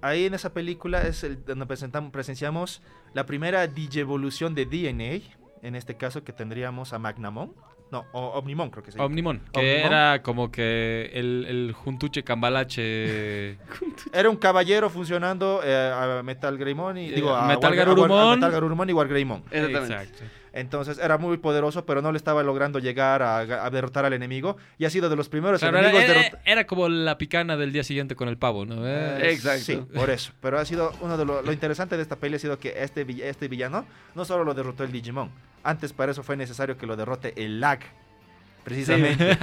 B: ahí en esa película es el, donde presentamos, presenciamos la primera digievolución de DNA, en este caso que tendríamos a Magnamon, no, o Omnimon creo que se llama.
A: Omnimon, que
B: Omnimon.
A: era como que el, el juntuche cambalache.
B: Era un caballero funcionando eh, a Metal Greymon y
A: Eh,
B: digo a,
A: Metal
B: War- a War-
A: Garurumon.
B: a Metal Garurumon y War Greymon.
C: Exactamente.
B: Entonces era muy poderoso, pero no le estaba logrando llegar a, a derrotar al enemigo y ha sido de los primeros
A: Claro, era, eh,
B: enemigos
A: era-
B: derrotados.
A: era como la picana del día siguiente con el pavo, ¿no? Eh,
C: Exacto.
B: Sí, por eso. Pero ha sido uno de lo, lo interesante de esta peli ha sido que este, vi- este villano no solo lo derrotó el Digimon, antes para eso fue necesario que lo derrote el lag. Precisamente.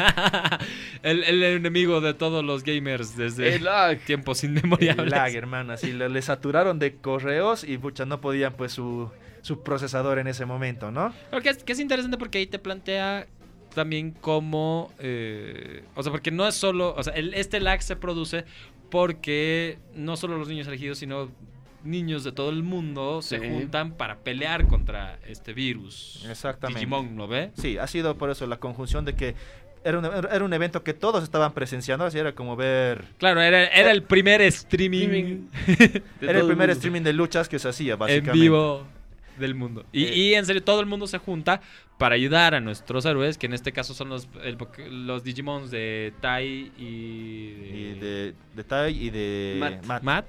A: el, el enemigo de todos los gamers desde
C: El lag.
A: tiempos
B: El
A: inmemoriales.
B: lag, hermano. Así le, le saturaron de correos y pucha, no podían pues su, su procesador en ese momento, ¿no?
A: Pero que es, que es interesante porque ahí te plantea también cómo. eh, o sea, porque no es solo. O sea, el- este lag se produce porque no solo los niños elegidos, sino niños de todo el mundo
C: Sí.
A: se juntan para pelear contra este virus.
B: Exactamente.
A: Digimon, ¿no ve?
B: Sí, ha sido por eso la conjunción de que era un, era un evento que todos estaban presenciando, así era como ver...
A: Claro, era, era el primer streaming
C: De
B: era
C: todo
B: el primer
C: mundo.
B: streaming de luchas que se hacía,
A: en
B: básicamente.
A: vivo del mundo. Y,
B: Eh.
A: y en serio, todo el mundo se junta para ayudar a nuestros héroes, que en este caso son los, el Poké- los Digimons de Tai y de-
B: Y de, de Tai y de
C: Matt.
B: Matt.
A: Matt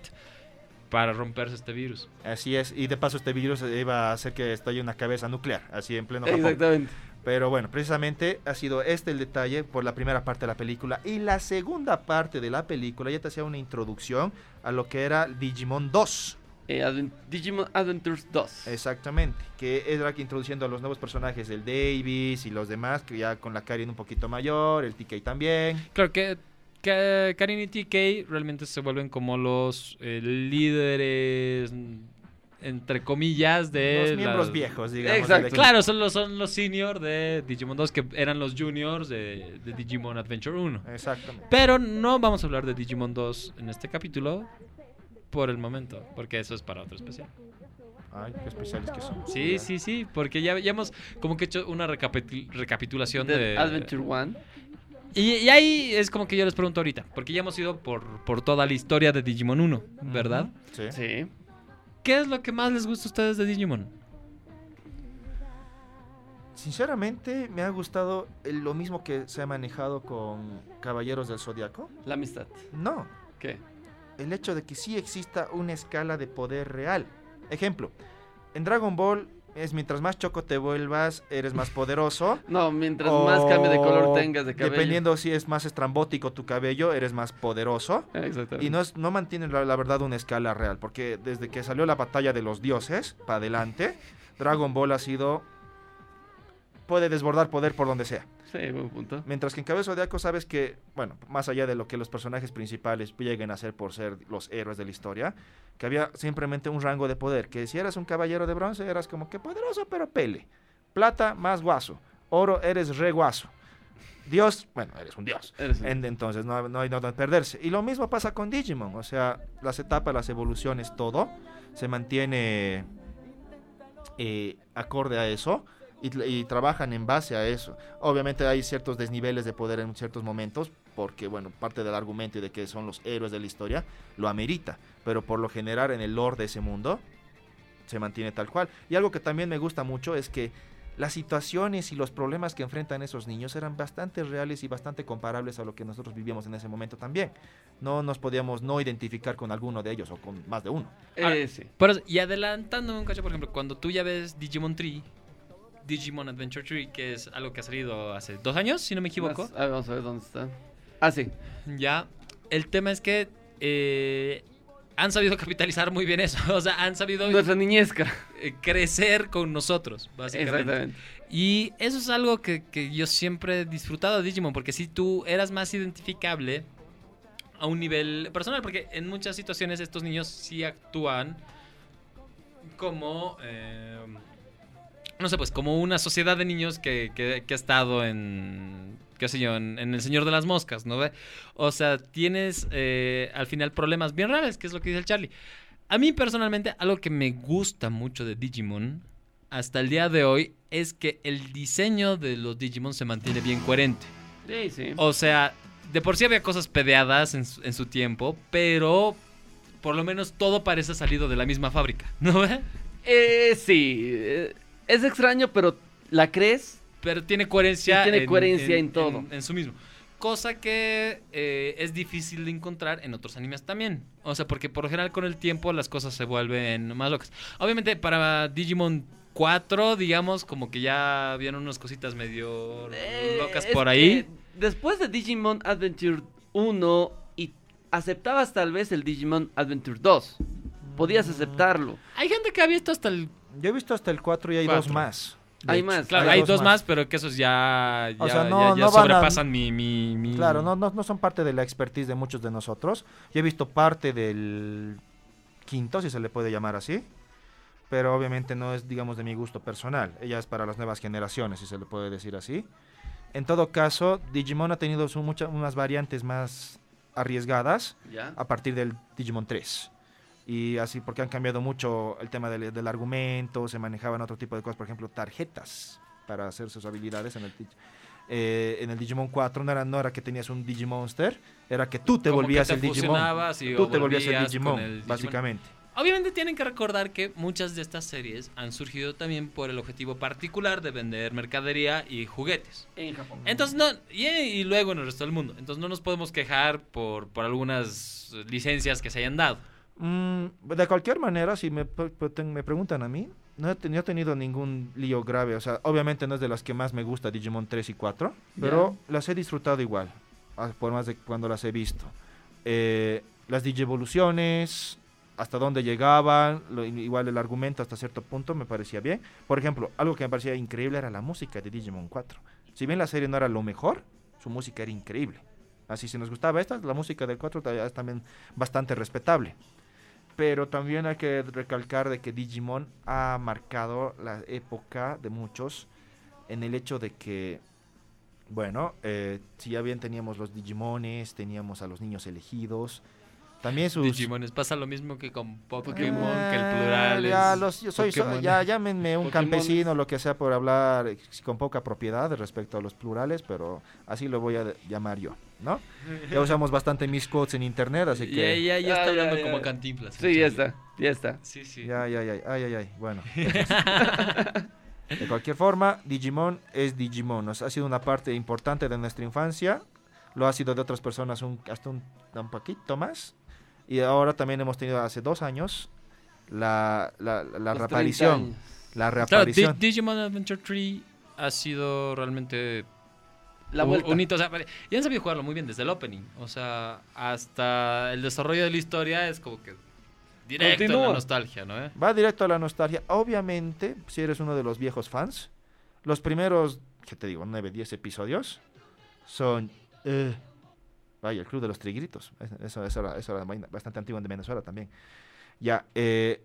A: para romperse este virus.
B: Así es, y de paso este virus iba a hacer que estalle una cabeza nuclear, así en pleno Japón.
C: Exactamente.
B: Pero bueno, precisamente ha sido este el detalle por la primera parte de la película. Y la segunda parte de la película ya te hacía una introducción a lo que era Digimon 2.
C: Eh, Adven- Digimon Adventures 2.
B: Exactamente, que es la que introduciendo a los nuevos personajes, el Davis y los demás, que ya con la Karin un poquito mayor, el TK también.
A: Claro que, que Karin y TK realmente se vuelven como los eh, líderes, mm, entre comillas, de...
B: los miembros
A: las-
B: viejos, digamos.
C: Exacto.
B: de la-
A: Claro, son los, son los senior de Digimon 2, que eran los juniors de, de Digimon Adventure 1.
B: Exactamente.
A: Pero no vamos a hablar de Digimon 2 en este capítulo por el momento, porque eso es para otro especial.
B: Ay, qué especiales que son.
A: Sí, sí, sí, porque ya, ya hemos como que hecho una recapitul- recapitulación
C: de
A: de...
C: Adventure 1.
A: Y, y ahí es como que yo les pregunto ahorita, porque ya hemos ido por, por toda la historia de Digimon 1, ¿verdad?
B: Sí.
C: Sí.
A: ¿Qué es lo que más les gusta a ustedes de Digimon?
B: Sinceramente, me ha gustado el- lo mismo que se ha manejado con Caballeros del Zodiaco.
C: La amistad.
B: No,
C: ¿Qué?
B: el hecho de que sí exista una escala de poder real. Ejemplo, en Dragon Ball es mientras más choco te vuelvas, eres más poderoso.
C: No, mientras más cambio de
B: o
C: color tengas de cabello.
B: Dependiendo si es más estrambótico tu cabello, eres más poderoso.
C: Ah, Exactamente.
B: Y no, es- no mantiene la, la verdad una escala real, porque desde que salió la batalla de los dioses, para adelante, Dragon Ball ha sido... Puede desbordar poder por donde sea.
C: Sí, buen punto.
B: Mientras que en Cabeza Zodiaco sabes que, bueno, más allá de lo que los personajes principales lleguen a ser por ser los héroes de la historia, que había simplemente un rango de poder, que si eras un caballero de bronce eras como que poderoso pero pele, plata más guaso, oro eres re guaso, dios, bueno, eres un dios.
C: Eres un-
B: En- entonces no, no hay nada que perderse. Y lo mismo pasa con Digimon, o sea, las etapas, las evoluciones, todo se mantiene eh, acorde a eso y, tl- y trabajan en base a eso. Obviamente hay ciertos desniveles de poder en ciertos momentos porque, bueno, parte del argumento y de que son los héroes de la historia lo amerita, pero por lo general en el lore de ese mundo se mantiene tal cual. Y algo que también me gusta mucho es que las situaciones y los problemas que enfrentan esos niños eran bastante reales y bastante comparables a lo que nosotros vivíamos en ese momento también. No nos podíamos no identificar con alguno de ellos o con más de uno.
C: Eh, sí.
A: Por eso- y adelantándome un cacho, por ejemplo, cuando tú ya ves Digimon Tree, Digimon Adventure Tree, que es algo que ha salido hace dos años, si no me equivoco,
C: Más- A ver, vamos a ver dónde está. Ah, sí.
A: ya, el tema es que eh, han sabido capitalizar muy bien eso, o sea, han sabido
C: Nuestra niñezca.
A: eh, crecer con nosotros, básicamente.
C: Exactamente.
A: Y eso es algo que, que yo siempre he disfrutado de Digimon, porque si tú eras más identificable a un nivel personal, porque en muchas situaciones estos niños sí actúan como, eh, no sé, pues como una sociedad de niños que, que- que ha estado en, qué sé yo, en, en El Señor de las Moscas, ¿no? ve? O sea, tienes eh, al final problemas bien reales, que es lo que dice el Charlie. A mí personalmente, algo que me gusta mucho de Digimon, hasta el día de hoy, es que el diseño de los Digimon se mantiene bien coherente.
C: Sí, sí.
A: O sea, de por sí había cosas pedeadas en su, en su tiempo, pero por lo menos todo parece salido de la misma fábrica, ¿no? ve?
C: Eh, sí. eh, es extraño, pero la crees.
A: Pero tiene coherencia.
C: Sí, tiene coherencia en todo.
A: En, en su mismo. Cosa que eh, es difícil de encontrar en otros animes también. O sea, porque por lo general con el tiempo las cosas se vuelven más locas. Obviamente para Digimon 4, digamos, como que ya habían unas cositas medio
C: Eh,
A: locas
C: es
A: por ahí.
C: que Después de Digimon Adventure 1 y aceptabas tal vez el Digimon Adventure 2.
A: Mm.
C: Podías aceptarlo.
A: Hay gente que ha visto hasta el...
B: Yo he visto hasta el 4 y hay
A: Cuatro.
B: dos más. de
C: Hay
B: hecho.
C: más.
A: Claro,
B: Hay
A: hay
B: dos
A: dos
B: más.
A: más, pero que esos ya, ya,
B: O sea,
A: ya-
B: no-
A: ya
B: no van a-
A: sobrepasan mi, mi, mi-
B: Claro, no, no, no son parte de la expertise de muchos de nosotros. Yo he visto parte del quinto, si se le puede llamar así. Pero obviamente no es, digamos, de mi gusto personal. Ella es para las nuevas generaciones, si se le puede decir así. En todo caso, Digimon ha tenido su- mucha- unas variantes más arriesgadas
C: ¿Ya?
B: a partir del Digimon 3. Y así porque han cambiado mucho el tema del, del argumento, se manejaban otro tipo de cosas, por ejemplo, tarjetas para hacer sus habilidades en el, Dig- eh, en el Digimon 4. No era, no era que tenías un Digimonster, era que tú te
A: como que
B: volvías
A: te
B: el Digimon.
A: fusionabas y- o
B: Tú te volvías el
A: volvías con
B: Digimon,
A: el Digimon.
B: básicamente.
A: Obviamente tienen que recordar que muchas de estas series han surgido también por el objetivo particular de vender mercadería y juguetes.
C: En Japón.
A: Entonces no, y, y luego en el resto del mundo. Entonces no nos podemos quejar por, por algunas eh, licencias que se hayan dado.
B: Mm, de cualquier manera, si me, pre- pre- ten- me preguntan a mí, no he, ten- no he tenido ningún lío grave. O sea, obviamente no es de las que más me gusta Digimon 3 y 4, pero las he disfrutado igual, ah, por más de cuando las he visto. Eh, las digievoluciones, hasta dónde llegaban, lo- igual el argumento hasta cierto punto me parecía bien. Por ejemplo, algo que me parecía increíble era la música de Digimon 4. Si bien la serie no era lo mejor, su música era increíble. Así, si nos gustaba esta, la música del 4 ta- es también bastante respetable. Pero también hay que recalcar de que Digimon ha marcado la época de muchos en el hecho de que, bueno, eh, si ya bien teníamos los Digimones, teníamos a los niños elegidos, también sus...
A: Digimones, pasa lo mismo que con Pokémon, que el
B: Ah,
A: plural
B: ya,
A: es
B: los- yo soy- soy-
A: Pokémon.
B: ya llámenme un
C: Pokémones.
B: campesino, lo que sea, por hablar eh, con poca propiedad respecto a los plurales, pero así lo voy a de- llamar yo, ¿no? Ya usamos bastante mis quotes en internet, así
A: Ya,
B: que...
A: ya, ya está
C: Ah, ya,
A: hablando
C: ya.
A: como cantinflas.
C: Sí, ya está. Ya está.
A: Sí, sí.
B: Ya, ya, ya, ay, ay, ay, bueno. De cualquier forma, Digimon es Digimon. Nos ha sido una parte importante de nuestra infancia. Lo ha sido de otras personas un- hasta un, un poquito más. Y ahora también hemos tenido hace dos años la, la, la reaparición.
A: Claro,
B: La
A: Di-
B: reaparición.
A: Digimon Adventure 3 ha sido realmente
C: La
A: un-
C: vuelta.
A: un hito. O sea, pare- y han sabido jugarlo muy bien desde el opening. O sea, hasta el desarrollo de la historia es como que directo en
C: Continúa.
A: la nostalgia, ¿no? eh?
B: Va directo a la nostalgia. Obviamente, si eres uno de los viejos fans, los primeros, ¿qué te digo? 9, 10 episodios son... eh, vaya, el Club de los Trigritos. Es- Eso, eso, era, eso era vaina bastante antiguo en Venezuela también. Ya, eh,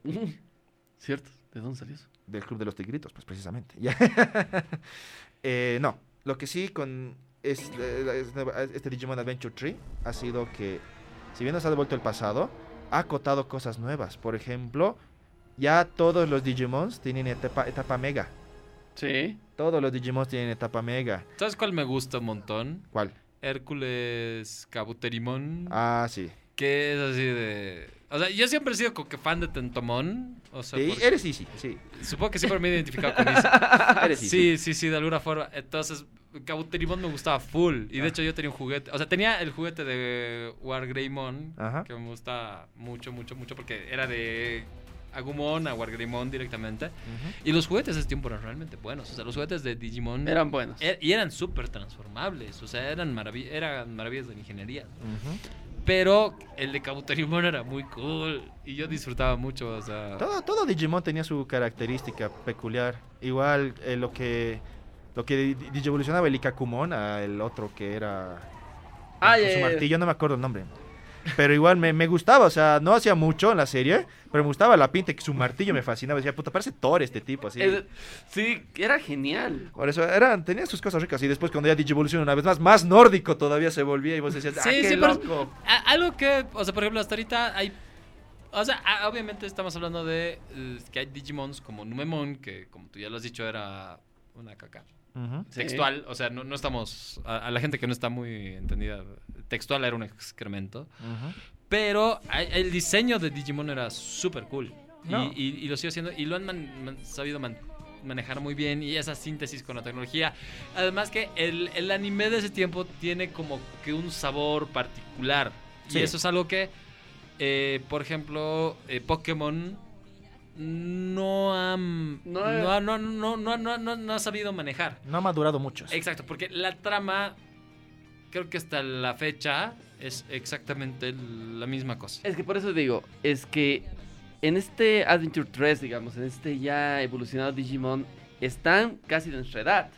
C: ¿Cierto? ¿De dónde salió eso?
B: del Club de los Tigritos, pues precisamente. Ya. Eh, no, lo que sí con es- eh, es- este Digimon Adventure 3 ha sido que, si bien nos ha devuelto el pasado, ha acotado cosas nuevas. Por ejemplo, ya todos los Digimons tienen etapa, etapa mega.
C: Sí.
B: Todos los Digimons tienen etapa mega.
A: ¿Sabes cuál me gusta un montón?
B: ¿Cuál?
A: Hércules Cabuterimón.
B: Ah, sí.
A: Que es así de. O sea, yo siempre he sido como que fan de Tentomón. O sea,
B: Sí,
A: porque-
B: eres sí, sí, sí.
A: supongo que siempre me he identificado con Isa.
B: Eres
A: Sí,
B: Izzy.
A: sí, sí, de alguna forma. Entonces, Cabuterimón me gustaba full. Y de hecho, yo tenía un juguete. O sea, tenía el juguete de Wargreymon.
B: Ajá.
A: Que me gusta mucho, mucho, mucho. Porque era de Agumon a Wargreymon directamente.
B: Ujú.
A: Y los juguetes de ese tiempo eran realmente buenos. O sea, los juguetes de Digimon.
C: Eran buenos.
A: er- y eran súper transformables. O sea, eran, maravi- eran maravillas de la ingeniería.
B: Ujú.
A: Pero el de Cabuterimón era muy cool. Y yo disfrutaba mucho, o sea.
B: Todo, todo Digimon tenía su característica peculiar. Igual eh, lo que lo que di- di- evolucionaba el Ikakumon a el otro que era
C: Ah,
B: con
C: ya,
B: su
C: ya, ya.
B: martillo, no me acuerdo el nombre. Pero igual me, me gustaba, o sea, no hacía mucho en la serie, pero me gustaba la pinta que su martillo me fascinaba. Decía, puta, parece Thor este tipo, así.
C: Es- sí, era genial.
B: Por eso eran, tenía sus cosas ricas. Y después cuando ya Digivolution una vez más, más nórdico todavía se volvía y vos decías,
A: Sí,
B: ¡ah, qué
A: sí, pero-
B: loco!
A: A- algo que, o sea, por ejemplo, hasta ahorita hay. O sea, a- obviamente estamos hablando de eh, que hay Digimons como Numemon, que como tú ya lo has dicho, era una caca.
B: Ujú.
C: Sí.
A: Textual, o sea, no, no estamos. A, a la gente que no está muy entendida, textual era un excremento. Pero a- el diseño de Digimon era súper cool. Y-
B: No.
A: Y, y lo sigo haciendo. Y lo han man- man- sabido man- manejar muy bien. Y esa síntesis con la tecnología. Además que el, el anime de ese tiempo tiene como que un sabor particular.
B: Sí.
A: Y eso es algo que, eh, por ejemplo, eh, Pokémon no ha, no, ha- no, no, no, no, no- no ha sabido manejar.
B: No ha madurado mucho.
A: Exacto, porque la trama, creo que hasta la fecha, es exactamente la misma cosa.
C: Es que por eso digo, es que en este Adventure 3, digamos, en este ya evolucionado Digimon, están casi de nuestra edad.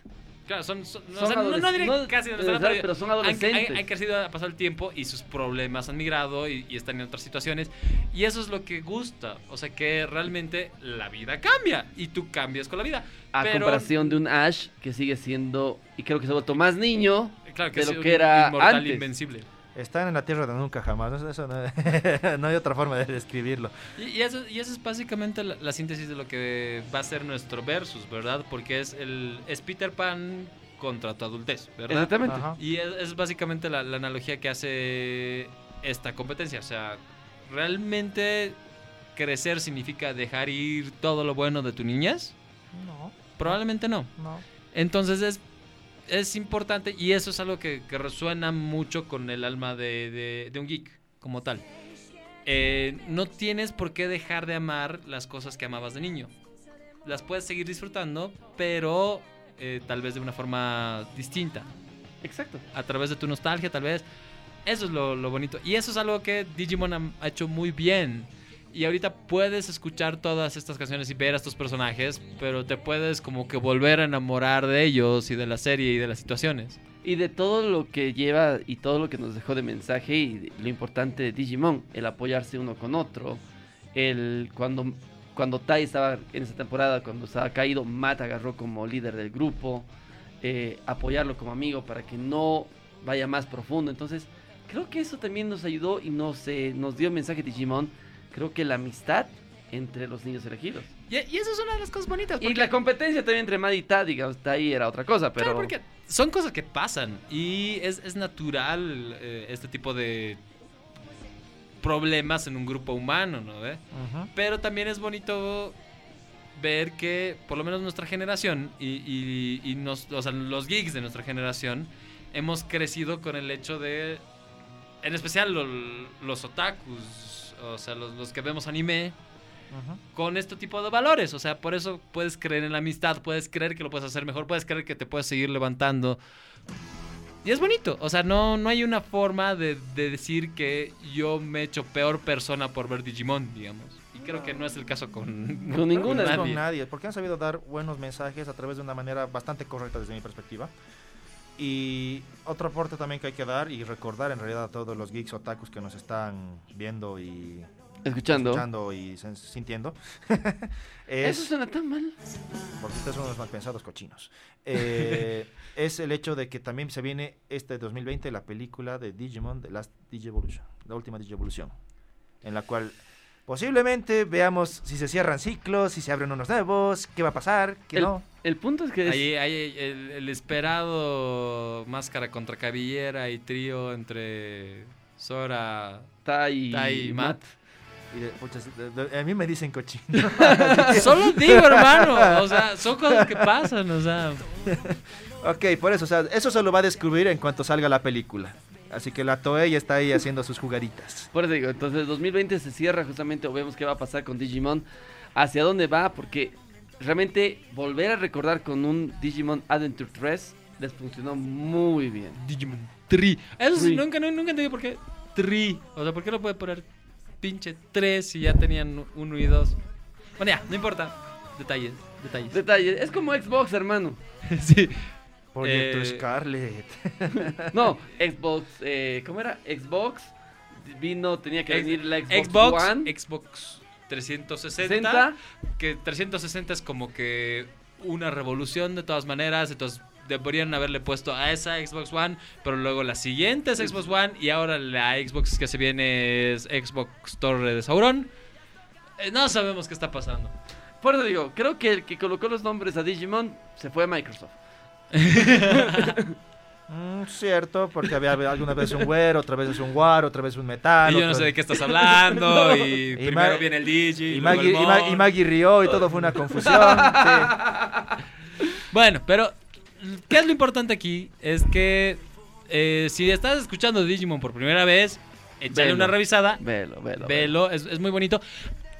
A: Claro, son. son- no,
C: Son
A: o sea, no- no
C: adolesc-
A: diré casi
C: de
A: no están,
C: nuestra edad,
A: pero
C: pero son
A: han-
C: adolescentes.
A: Han, han crecido, ha pasado el tiempo y sus problemas han migrado y, y están en otras situaciones. Y eso es lo que gusta. O sea, que realmente la vida cambia y tú cambias con la vida.
C: a
A: pero-
C: comparación de un Ash que sigue siendo, y creo que se ha vuelto más niño.
A: Claro que
C: De
A: es
C: lo
A: un
C: que era
A: inmortal
C: antes.
A: invencible.
B: Están en la tierra de nunca jamás. Eso- eso no, no hay otra forma de describirlo.
A: Y, y eso, y eso es básicamente la, la síntesis de lo que va a ser nuestro versus, ¿verdad? Porque es el es Peter Pan contra tu adultez, ¿verdad?
C: Exactamente.
B: Ajá.
A: Y es, es básicamente la, la analogía que hace esta competencia. O sea, realmente crecer significa dejar ir todo lo bueno de tu niñez.
B: No,
A: Probablemente no.
B: no.
A: Entonces es, es importante y eso es algo que, que resuena mucho con el alma de, de- de un geek como tal. Eh, no tienes por qué dejar de amar las cosas que amabas de niño. Las puedes seguir disfrutando, pero eh, tal vez de una forma distinta.
C: Exacto.
A: A través de tu nostalgia, tal vez. Eso es lo, lo bonito. Y eso es algo que Digimon ha- ha hecho muy bien. Y ahorita puedes escuchar todas estas canciones y ver a estos personajes, pero te puedes como que volver a enamorar de ellos y de la serie y de las situaciones.
C: Y de todo lo que lleva y todo lo que nos dejó de mensaje y de- lo importante de Digimon, el apoyarse uno con otro, el cuando, cuando Tai estaba en esa temporada, cuando estaba caído, Matt agarró como líder del grupo, eh, apoyarlo como amigo para que no vaya más profundo. Entonces, creo que eso también nos ayudó y nos, eh, nos dio el mensaje Digimon, creo que la amistad entre los niños elegidos.
A: Y, y eso es una de las cosas bonitas.
C: Y la competencia también entre Matt y Tai, digamos, Tai era otra cosa, pero...
A: Claro, porque son cosas que pasan y es, es natural eh, este tipo de problemas en un grupo humano, ¿no? ve? Pero también es bonito ver que por lo menos nuestra generación y, y- y nos, o sea, los geeks de nuestra generación hemos crecido con el hecho de, en especial lo- los otakus, o sea, los, los que vemos anime,
B: Ujú.
A: con este tipo de valores. O sea, por eso puedes creer en la amistad, puedes creer que lo puedes hacer mejor, puedes creer que te puedes seguir levantando. Y es bonito. O sea, no, no hay una forma de, de decir que yo me he hecho peor persona por ver Digimon, digamos. Y creo que no es el caso con,
C: Con ninguna.
B: No es
A: nadie.
B: con nadie, porque han sabido dar buenos mensajes a través de una manera bastante correcta desde mi perspectiva. Y otro aporte también que hay que dar y recordar en realidad a todos los geeks otakus que nos están viendo y
C: Escuchando.
B: escuchando y sen- sintiendo es
C: Eso suena tan mal.
B: porque ustedes son los mal pensados cochinos. Eh, es el hecho de que también se viene este 2020 la película de Digimon, The Last Digivolution, la última Digivolución, en la cual posiblemente veamos si se cierran ciclos, si se abren unos nuevos, qué va a pasar, qué
C: el,
B: no.
C: el punto es que es-
A: Ahí- ahí el, el esperado máscara contra cabellera y trío entre Sora,
C: está ahí.
A: Tai y Matt.
B: Y de- puchas, de- de- a mí me dicen cochino.
A: Solo digo, hermano. O sea, son cosas que pasan. O sea,
B: ok, por eso, o sea, eso se lo va a descubrir en cuanto salga la película. Así que la Toei está ahí haciendo sus jugaditas.
C: Por eso digo, entonces 2020 se cierra justamente o vemos qué va a pasar con Digimon, hacia dónde va, porque realmente volver a recordar con un Digimon Adventure 3 les funcionó muy bien.
A: Digimon Tri. Eso sí,
C: Tri.
A: nunca, nu- nunca entendí por qué Tri. O sea, ¿por qué lo puede poner pinche 3 si ya tenían 1 y 2? Bueno, ya, no importa. Detalles, detalles.
C: Detalle, es como Xbox, hermano.
A: sí.
B: Proyecto
A: Eh,
B: Scarlet.
C: No, Xbox, eh, ¿cómo era? Xbox, vino, tenía que
A: Ex-
C: venir la Xbox,
A: Xbox,
C: One.
A: Xbox 360.
C: 60,
A: que 360 es como que una revolución de todas maneras, entonces deberían haberle puesto a esa Xbox One, pero luego la siguiente es Xbox One y ahora la Xbox que se viene es Xbox Torre de Sauron. Eh, No sabemos qué está pasando.
C: Por eso digo, creo que el que colocó los nombres a Digimon se fue a Microsoft.
B: Mm, cierto, porque había alguna vez un güero, otra vez es un war, otra vez un metal.
A: y yo no
B: otra-
A: sé de qué estás hablando y,
B: Y
A: primero
B: Ma-
A: viene el DJ
B: Y
A: y
B: Maggie, y
A: luego el
B: Ma-
A: Mon.
B: y Maggie rió y todo fue una confusión. sí.
A: Bueno, pero ¿qué es lo importante aquí? Es que eh, si estás escuchando Digimon por primera vez, échale
C: Velo.
A: una revisada
C: Velo, velo.
A: Velo, es, es muy bonito.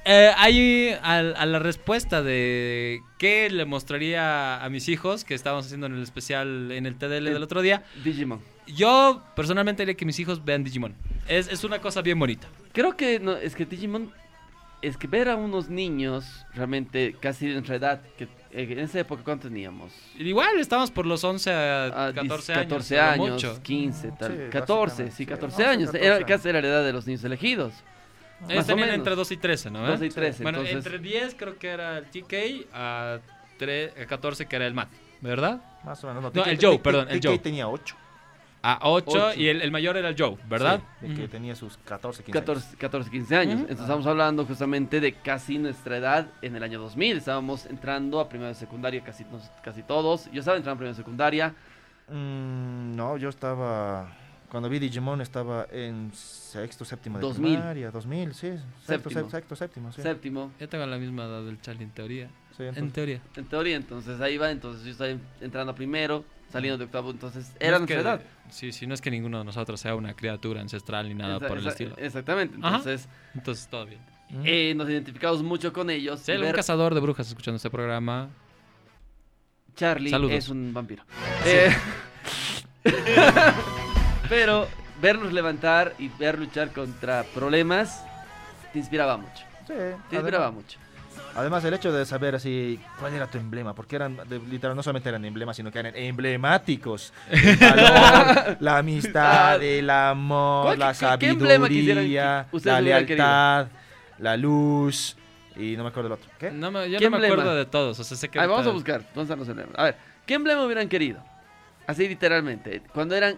A: Eh, hay al- a, la respuesta de qué le mostraría a mis hijos que estábamos haciendo en el especial en el TDL del otro día.
C: Digimon.
A: Yo personalmente diría que mis hijos vean Digimon. Es, es una cosa bien bonita.
C: Creo que no, es que Digimon es que ver a unos niños realmente casi de nuestra edad, que eh, en esa época cuántos teníamos?
A: Igual estamos por los 11 a
C: Ah,
A: 14 Eh, años.
C: 14
A: a lo
C: años,
A: mucho.
C: 15,
B: Sí,
C: tal.
B: básicamente,
C: 14, sí,
B: sí,
C: 14
B: 11,
C: años.
B: 14
C: Era
B: años.
C: casi la edad de los niños elegidos.
A: Ellos
C: Más o
A: Eh, tenían
C: menos.
A: entre 2 y 13, ¿no? eh?
C: 12 y 13.
A: bueno,
C: entonces,
A: entre 10 creo que era el TK, a, 3, a 14 que era el MAT, ¿verdad?
B: Más o menos. No,
A: el Joe, perdón, el
B: TK
A: Joe.
B: tenía 8.
A: A 8,
C: Ocho.
A: y el, el mayor era el Joe, ¿verdad?
B: de que
A: Ujú.
B: tenía sus 14, 15.
C: 14, 14, 15 años.
A: Ujú.
C: Entonces estamos hablando justamente de casi nuestra edad en el año 2000. Estábamos entrando a primero de secundaria casi, nos- casi todos. Yo estaba entrando a primero de secundaria.
B: Mm, no, yo estaba. Cuando vi Digimon estaba en sexto, séptimo de
C: 2000.
B: primaria. 2000, sí. Sexto,
C: Séptimo.
B: sep- sexto, séptimo, sí.
C: Séptimo,
A: Yo tengo la misma edad del Charlie en teoría.
B: Sí,
A: En
B: entonces-
A: teoría.
C: en teoría. Entonces ahí va. Entonces yo estaba en- entrando a primero, saliendo de octavo. Entonces era
A: No es
C: nuestra
A: que-
C: edad.
A: Sí, sí, no es que ninguno de nosotros sea una criatura ancestral ni nada
C: Exa-
A: por el
C: exa-
A: estilo.
C: Exactamente.
A: Ajá.
C: Entonces
A: Entonces, todo bien.
B: Mm.
C: eh, nos identificamos mucho con ellos.
A: Si
C: y
A: hay algún
C: ver-
A: cazador de brujas escuchando este programa,
C: Charlie
A: Saludos.
C: es un vampiro. Eh, pero verlos levantar y ver luchar contra problemas te inspiraba mucho.
B: Sí,
C: Te
B: además-
C: inspiraba mucho.
B: Además, el hecho de saber así cuál era tu emblema, porque eran, de- literal, no solamente eran emblemas, sino que eran emblemáticos. El valor, la amistad, el amor,
C: Ah. ¿Cuál-
B: la
C: qué- qué- qué emblema quisieran que
B: sabiduría,
C: ustedes
B: la
C: hubieran querido?
B: lealtad, la luz, y no me acuerdo el otro. ¿Qué?
A: no me- yo
C: ¿Qué
A: no me acuerdo
C: emblema?
A: de todos. O sea, sé que
C: A ver, vamos
A: ahorita-
C: a buscar. Vamos a los emblemas. A ver, ¿qué emblema hubieran querido? Así literalmente. Cuando eran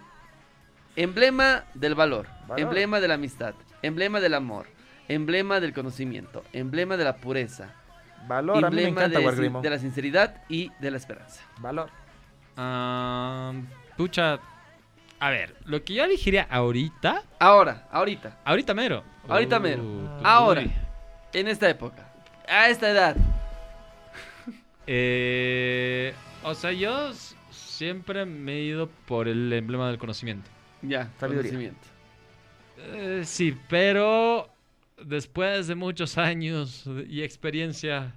C: emblema del valor,
B: Valor.
C: emblema de la amistad, emblema del amor, emblema del conocimiento, emblema de la pureza,
B: Valor, a mí me
C: emblema
B: encanta
C: de,
B: Wargrimo.
C: de la sinceridad y de la esperanza.
B: Valor.
A: Ah, pucha. A ver, lo que yo elegiría ahorita.
C: Ahora, ahorita.
A: Ahorita mero.
C: Ahorita mero.
A: Uh,
C: Ahora,
A: uy.
C: en esta época, a esta edad,
A: Eh, o sea, yo s- siempre me he ido por el emblema del conocimiento.
C: Ya,
B: Sabiduría.
C: conocimiento.
A: Eh, sí, pero después de muchos años y experiencia,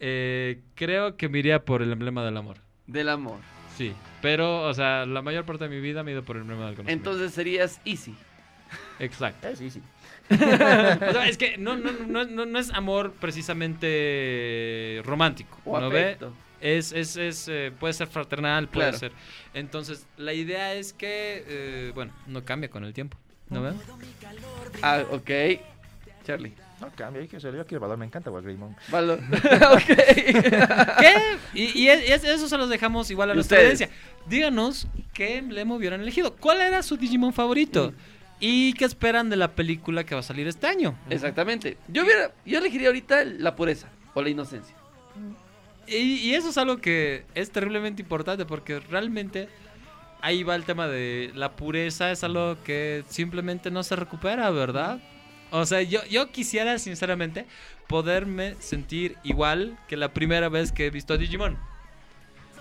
A: eh, creo que me iría por el emblema del amor.
C: Del amor.
A: Sí, pero, o sea, la mayor parte de mi vida me he ido por el emblema del conocimiento.
C: Entonces serías easy.
A: Exacto.
B: Eh, sí, sí.
A: O sea, es que no, no, no, no, no es amor precisamente romántico.
C: O
A: ¿no ve?
C: afecto.
A: Es, es, es, eh, puede ser fraternal, puede
C: Claro.
A: ser. Entonces, la idea es que, eh, bueno, no cambia con el tiempo. ¿No ve?
C: Ah, ok. Charlie.
B: No cambia, hay que ser- yo quiero valor, me encanta Walgreen Monk.
C: Valo. ok.
A: ¿Qué? Y, y es- es- eso se los dejamos igual a
C: ¿Y
A: nuestra
C: ustedes?
A: audiencia. Díganos qué emblema hubieran elegido. ¿Cuál era su Digimon favorito?
C: Mm.
A: ¿Y qué esperan de la película que va a salir este año?
C: Exactamente. Yo hubiera, yo elegiría ahorita la pureza o la inocencia.
A: Y, y eso es algo que es terriblemente importante porque realmente ahí va el tema de la pureza, es algo que simplemente no se recupera, ¿verdad? O sea, yo, yo quisiera sinceramente poderme sentir igual que la primera vez que he visto a Digimon.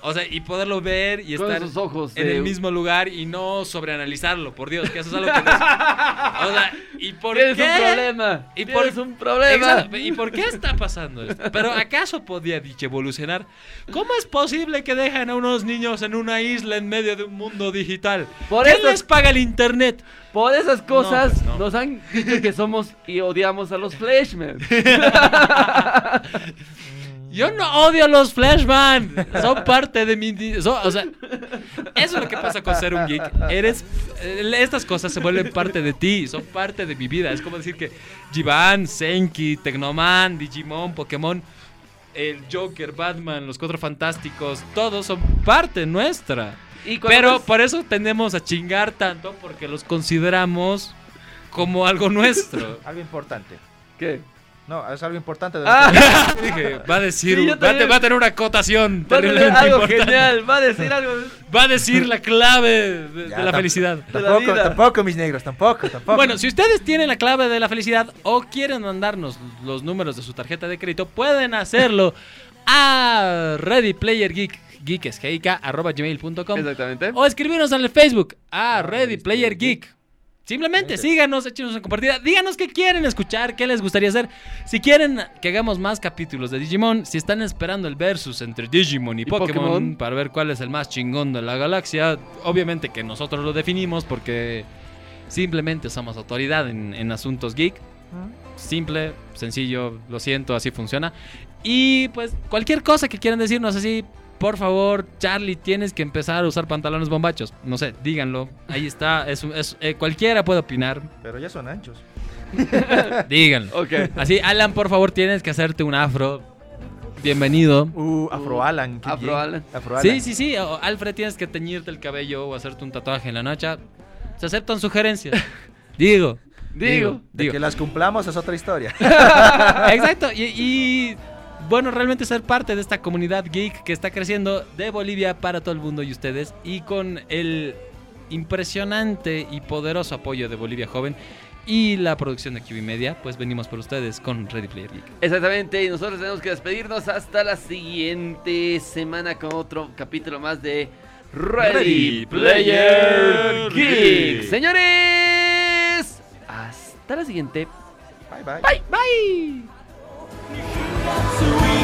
A: O sea, y poderlo ver y
C: Con
A: estar
C: esos ojos.
A: en
C: de-
A: el mismo lugar y no sobreanalizarlo, por Dios, que eso es algo que... nos- O sea, ¿y por
C: Tienes
A: qué?
C: un problema.
A: ¿Y
C: Tienes
A: por-
C: un problema.
A: Exacto, ¿Y por qué está pasando esto? ¿Pero acaso podía evolucionar? ¿Cómo es posible que dejan a unos niños en una isla en medio de un mundo digital?
C: Por
A: ¿Quién
C: eso-
A: les paga el internet?
C: Por esas cosas
A: pues no.
C: nos han dicho que somos y odiamos a los Fleshmen.
A: Yo no odio a los Flashman. Son parte de mi... di- so- o sea, eso es lo que pasa con ser un geek. Eres... eh, Estas cosas se vuelven parte de ti, son parte de mi vida. Es como decir que Jivan, Senki, Tecnoman, Digimon, Pokémon, el Joker, Batman, los Cuatro Fantásticos, todos son parte nuestra.
C: Y cuando
A: Pero
C: ves-
A: por eso tendemos a chingar tanto porque los consideramos como algo nuestro.
B: Algo importante.
C: ¿Qué?
B: No, es algo importante. de-
C: Ah,
A: Dije, va a decir,
C: Sí, yo
A: va, a te-
C: también.
A: va a tener una acotación
C: va a tener
A: terriblemente
C: algo
A: importante.
C: genial, va a decir algo.
A: Va a decir la clave de, de
B: Ya,
A: la
B: tam-
A: felicidad.
C: de la
B: Tampoco,
C: vida.
B: tampoco, mis negros, tampoco, tampoco.
A: Bueno, si ustedes tienen la clave de la felicidad o quieren mandarnos los números de su tarjeta de crédito, pueden hacerlo a readyplayergeek, geekesgeica, arroba gmail.com
C: Exactamente.
A: O escribirnos en el Facebook a Ready Player Geek. Simplemente síganos, échenos una compartida. Díganos qué quieren escuchar, qué les gustaría hacer. Si quieren que hagamos más capítulos de Digimon, si están esperando el versus entre Digimon y,
C: Y
A: Pokémon,
C: Pokémon.
A: para ver cuál es el más chingón de la galaxia, obviamente que nosotros lo definimos porque simplemente somos autoridad en, en asuntos geek. Simple, sencillo, lo siento, así funciona. Y pues cualquier cosa que quieran decirnos así, por favor, Charlie, tienes que empezar a usar pantalones bombachos. No sé, díganlo. Ahí está. Es, un- es- eh, cualquiera puede opinar.
B: Pero ya son anchos.
A: Díganlo.
C: Ok.
A: Así, Alan, por favor, tienes que hacerte un afro. Bienvenido.
B: Uh, Afro Alan. qué
C: Afro
B: bien.
C: Alan.
B: Afro Alan.
A: Sí, sí, sí. O- Alfred, tienes que teñirte el cabello o hacerte un tatuaje en la noche. Se aceptan sugerencias. Digo.
C: Digo.
B: De que las cumplamos es otra historia.
A: Exacto, y, y, bueno, realmente ser parte de esta comunidad geek que está creciendo de Bolivia para todo el mundo y ustedes, y con el impresionante y poderoso apoyo de Bolivia Joven y la producción de QB Media, pues venimos por ustedes con Ready Player Geek.
C: Exactamente, y nosotros tenemos que despedirnos hasta la siguiente semana con otro capítulo más de Ready,
A: Ready
C: Player
A: Player
C: Geek.
A: Geek.
C: Señores, hasta la siguiente.
B: Bye, bye.
C: Bye.
D: Three.